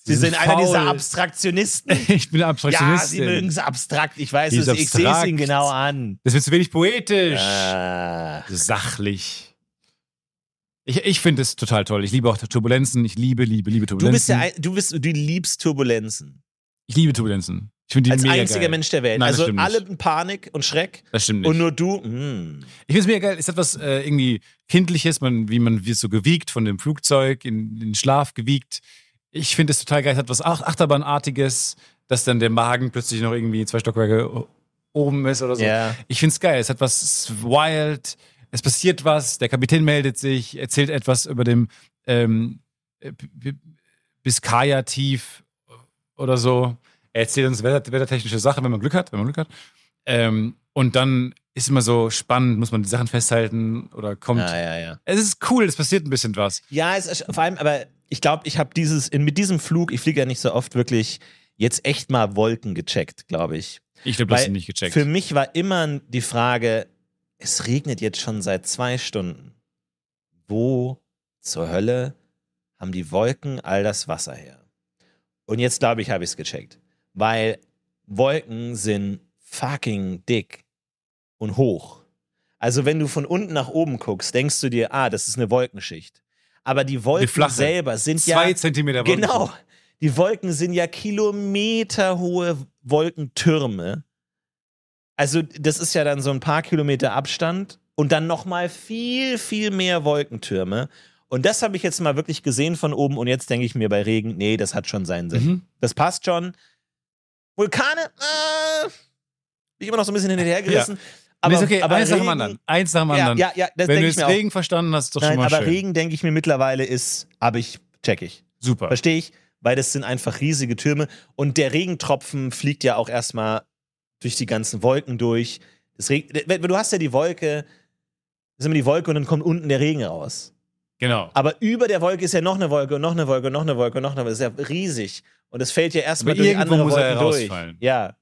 S2: Sie, sind, einer
S3: faul.
S2: dieser Abstraktionisten.
S3: Ich bin
S2: Ja,
S3: Abstraktionist.
S2: Sie mögen es abstrakt. Ich weiß
S3: Sie
S2: es.
S3: ist
S2: Ich sehe es
S3: abstrakt.
S2: Ihnen genau an.
S3: das wird zu wenig poetisch.
S2: Ah.
S3: Sachlich. Ich, ich finde es total toll. Ich liebe auch Turbulenzen. Ich liebe, liebe, liebe
S2: Du
S3: Turbulenzen.
S2: bist ja, ein- du bist, du liebst Turbulenzen.
S3: ich liebe Turbulenzen. Ich finde die
S2: Als
S3: mega
S2: einziger
S3: geil.
S2: Mensch der Welt.
S3: Nein, das
S2: also
S3: stimmt
S2: alle
S3: nicht.
S2: in Panik und Schreck.
S3: Das stimmt nicht.
S2: Und nur du. mm.
S3: Ich finde es mega geil. Es hat was äh, irgendwie Kindliches, man, wie man wird so gewiegt von dem Flugzeug, in, in den Schlaf gewiegt. Ich finde es total geil. Es hat was Ach Achterbahnartiges, dass dann der Magen plötzlich noch irgendwie zwei Stockwerke o- oben ist oder so.
S2: Ja.
S3: Ich finde es geil. Es hat was wild. Es passiert was. Der Kapitän meldet sich, erzählt etwas über dem ähm, äh, B- B- Biskaya-Tief oder so. Er erzählt uns wetter wettertechnische Sachen, wenn man Glück hat, wenn man Glück hat. Ähm, und dann ist immer so spannend, muss man die Sachen festhalten oder kommt.
S2: Ah, ja, ja.
S3: Es ist cool, es passiert ein bisschen was.
S2: Ja, es ist vor allem, aber ich glaube, ich habe dieses, in, mit diesem Flug, ich fliege ja nicht so oft, wirklich jetzt echt mal Wolken gecheckt, glaube ich.
S3: Ich glaube, das
S2: Weil
S3: ist nicht gecheckt.
S2: Für mich war immer die Frage, es regnet jetzt schon seit zwei Stunden. Wo zur Hölle haben die Wolken all das Wasser her? Und jetzt glaube ich, habe ich es gecheckt. Weil Wolken sind fucking dick und hoch. Also wenn du von unten nach oben guckst, denkst du dir, ah, das ist eine Wolkenschicht. Aber die Wolken
S3: flache.
S2: selber sind ja
S3: Zwei Zentimeter Wolken.
S2: Genau. Die Wolken sind ja kilometerhohe Wolkentürme. Also, das ist ja dann so ein paar Kilometer Abstand und dann nochmal viel, viel mehr Wolkentürme. Und das habe ich jetzt mal wirklich gesehen von oben und jetzt denke ich mir bei Regen, nee, das hat schon seinen Sinn.
S3: Mhm.
S2: Das passt schon. Vulkane, äh, bin ich immer noch so ein bisschen hinterhergerissen.
S3: Aber,
S2: Aber,
S3: ist okay,
S2: aber
S3: eins nach dem
S2: Regen-
S3: anderen. Eins nach dem
S2: Ja,
S3: anderen.
S2: ja, ja, das
S3: wenn
S2: denke ich
S3: du jetzt
S2: mir auch.
S3: Regen verstanden hast, ist doch
S2: Nein,
S3: schon mal
S2: aber
S3: schön.
S2: Regen denke ich mir mittlerweile ist, aber ich check ich.
S3: Super.
S2: Verstehe ich, weil das sind einfach riesige Türme und der Regentropfen fliegt ja auch erstmal durch die ganzen Wolken durch. Das Reg wenn- wenn du hast ja die Wolke, das ist immer die Wolke und dann kommt unten der Regen raus.
S3: Genau.
S2: Aber über der Wolke ist ja noch eine Wolke und noch eine Wolke und noch eine Wolke und noch eine Wolke. Das ist ja riesig. Und es fällt ja erstmal
S3: Aber
S2: durch
S3: irgendwo
S2: andere
S3: muss er
S2: Wolken durch.
S3: herausfallen.
S2: Ja.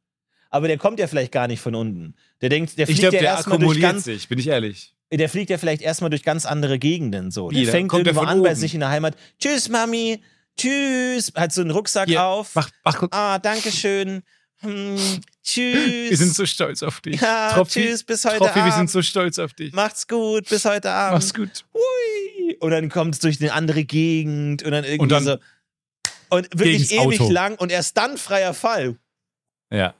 S2: Aber der kommt ja vielleicht gar nicht von unten. Der denkt, der
S3: Ich
S2: fliegt
S3: glaube,
S2: ja
S3: der
S2: erstmal durch
S3: akkumuliert
S2: ganz
S3: sich, bin ich ehrlich.
S2: der fliegt ja vielleicht erstmal durch ganz andere Gegenden so. Der
S3: Wie, der
S2: fängt
S3: kommt ja
S2: irgendwo
S3: von
S2: an bei
S3: oben.
S2: sich in der Heimat. Tschüss, Mami. Tschüss. Hat so einen Rucksack
S3: Hier,
S2: auf.
S3: Mach, mach,
S2: Ah, danke schön. Hm, tschüss.
S3: wir sind so stolz auf dich.
S2: ja,
S3: Tropfi,
S2: tschüss, bis heute
S3: Tropfi, wir
S2: Abend.
S3: sind so stolz auf dich.
S2: Macht's gut, bis heute Abend.
S3: Mach's gut.
S2: Hui. Und dann kommt es durch eine andere Gegend und dann irgendwie
S3: Und dann
S2: so. Und wirklich
S3: gegens
S2: ewig
S3: Auto.
S2: lang und erst dann freier Fall.
S3: Ja.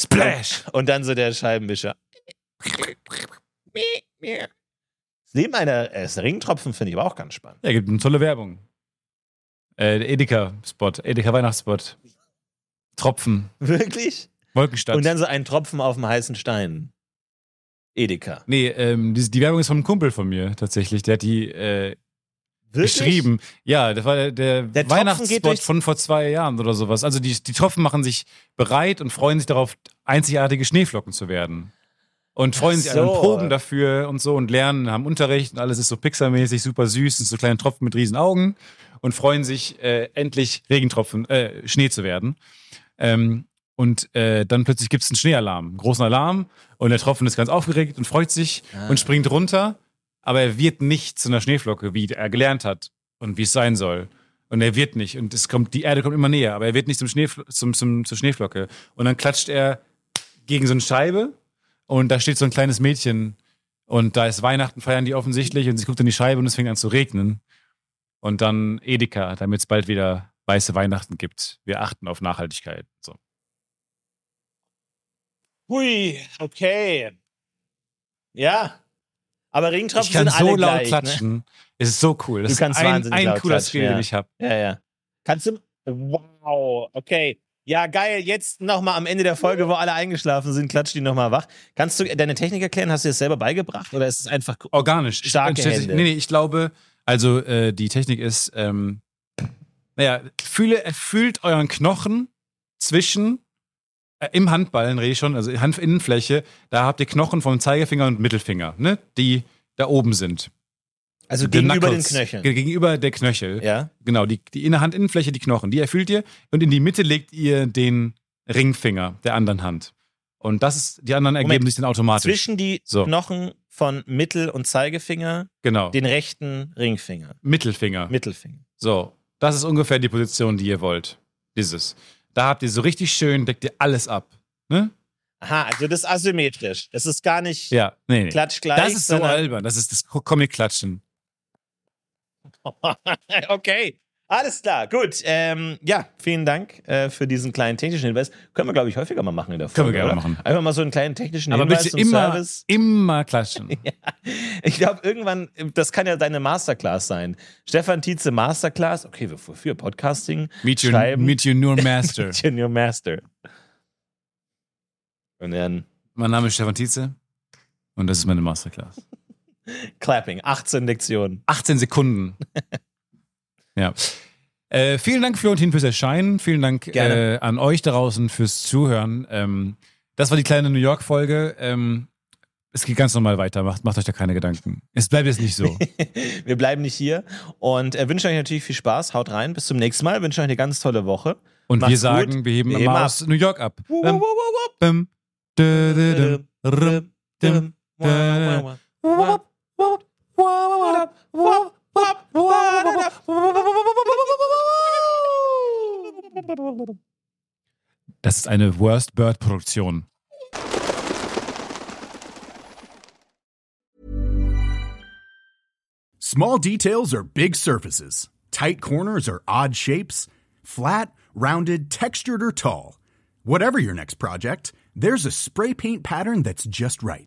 S3: Splash!
S2: Und dann so der Scheibenwischer. Das Leben einer äh, das Regentropfen finde ich aber auch ganz spannend.
S3: Ja, gibt eine tolle Werbung. Äh, der Edeka-Spot, Edeka-Weihnachtsspot. Tropfen,
S2: Wirklich?
S3: Wolkenstadt.
S2: Und dann so ein Tropfen auf dem heißen Stein. Edeka.
S3: nee, ähm, die, die Werbung ist von einem Kumpel von mir tatsächlich. Der hat die äh,
S2: Wirklich?
S3: geschrieben. Ja, das war der, der,
S2: Der Tropfen geht
S3: Weihnachtsspot
S2: durchs-
S3: von vor zwei Jahren oder sowas. Also die, die Tropfen machen sich bereit und freuen sich darauf, einzigartige Schneeflocken zu werden. Und freuen
S2: Ach
S3: sich an
S2: so.
S3: und proben dafür und so und lernen, haben Unterricht und alles ist so Pixar-mäßig, super süß, sind so kleine Tropfen mit riesen Augen und freuen sich, äh, endlich Regentropfen, äh, Schnee zu werden. Ähm, und äh, dann plötzlich gibt es einen Schneealarm, einen großen Alarm und der Tropfen ist ganz aufgeregt und freut sich
S2: Ah.
S3: und springt runter, aber er wird nicht zu einer Schneeflocke, wie er gelernt hat und wie es sein soll. Und er wird nicht und es kommt, die Erde kommt immer näher, aber er wird nicht zum Schneefl zum, zum, zur Schneeflocke. Und dann klatscht er gegen so eine Scheibe und da steht so ein kleines Mädchen und da ist Weihnachten, feiern die offensichtlich und sie guckt in die Scheibe und es fängt an zu regnen. Und dann Edeka, damit es bald wieder weiße Weihnachten gibt. Wir achten auf Nachhaltigkeit. So.
S2: Hui, okay. Ja. Aber Regentropfen
S3: Ich kann
S2: sind alle
S3: so laut
S2: gleich, ne?
S3: klatschen. Es ist so cool. Das
S2: Du kannst
S3: ist ein,
S2: wahnsinnig
S3: ein
S2: laut
S3: cooler
S2: klatschen,
S3: Skill,
S2: ja.
S3: den ich habe.
S2: Ne? Ja, ja. Kannst du. Wow, okay. Ja, geil. Jetzt nochmal am Ende der Folge, wo alle eingeschlafen sind, klatscht die nochmal wach. Kannst du deine Technik erklären? Hast du dir das selber beigebracht? Oder ist es einfach.
S3: Organisch. Ich-
S2: Starke
S3: ich,
S2: Hände.
S3: Nee, nee, ich glaube, also äh, die Technik ist, ähm, naja, fühle, fühlt euren Knochen zwischen, äh, im Handballen rede ich schon, also Handinnenfläche, da habt ihr Knochen vom Zeigefinger und Mittelfinger, ne? Die da oben sind.
S2: Also
S3: Die
S2: gegenüber den
S3: Knuckles.
S2: Knöcheln.
S3: Ge- Gegenüber der Knöchel.
S2: ja.
S3: Genau, die, die innere Handinnenfläche, die Knochen, die erfüllt ihr und in die Mitte legt ihr den Ringfinger der anderen Hand. Und das ist, die anderen ergeben
S2: Moment.
S3: sich dann automatisch.
S2: Zwischen die
S3: So.
S2: Knochen von Mittel- und Zeigefinger,
S3: genau.
S2: den rechten Ringfinger.
S3: Mittelfinger.
S2: Mittelfinger.
S3: So, das ist ungefähr die Position, die ihr wollt. Dieses. Da habt ihr so richtig schön, deckt ihr alles ab. Ne?
S2: Aha, also das ist asymmetrisch. Das ist gar nicht
S3: Ja, nee, nee.
S2: klatschgleich.
S3: das ist so
S2: sondern-
S3: albern. Das ist das Comic-Klatschen.
S2: okay. Alles klar, gut. Ähm, ja, vielen Dank äh, für diesen kleinen technischen Hinweis. Können wir, glaube ich, häufiger mal machen in der Folge.
S3: Können wir gerne
S2: oder?
S3: machen.
S2: Einfach mal so einen kleinen technischen
S3: Aber
S2: Hinweis
S3: bitte
S2: zum
S3: immer,
S2: Service.
S3: immer klatschen.
S2: Ich glaube, irgendwann, das kann ja deine Masterclass sein. Stefan Tietze Masterclass. Okay, wofür? Podcasting?
S3: Meet, your,
S2: Schreiben?
S3: meet your new master.
S2: Junior Master. Und dann
S3: mein Name ist Stefan Tietze und das ist meine Masterclass.
S2: Clapping. 18 Lektionen.
S3: 18 Sekunden. ja. Äh, vielen Dank, Florentin, fürs Erscheinen. Vielen Dank
S2: Gerne.
S3: äh, an euch da draußen fürs Zuhören. Ähm, das war die kleine New York-Folge. Ähm, es geht ganz normal weiter. Macht, macht euch da keine Gedanken. Es bleibt jetzt nicht so.
S2: Wir bleiben nicht hier. Und äh, wünschen euch natürlich viel Spaß. Haut rein. Bis zum nächsten Mal. Wünschen euch eine ganz tolle Woche.
S3: Und
S2: Macht's
S3: wir
S2: gut.
S3: sagen, wir heben
S2: Wir heben
S3: mal
S2: ab.
S3: aus New York ab.
S2: Wuh, wuh,
S3: Bam,
S2: wuh, wuh, wuh.
S3: bam, dö, dö, dö, rrm, düm,
S2: Wuh, wuh, wuh, wuh.
S3: Das ist eine Worst Bird Produktion.
S4: Small details are big surfaces. Tight corners are odd shapes. Flat, rounded, textured, or tall. Whatever your next project, there's a spray paint pattern that's just right.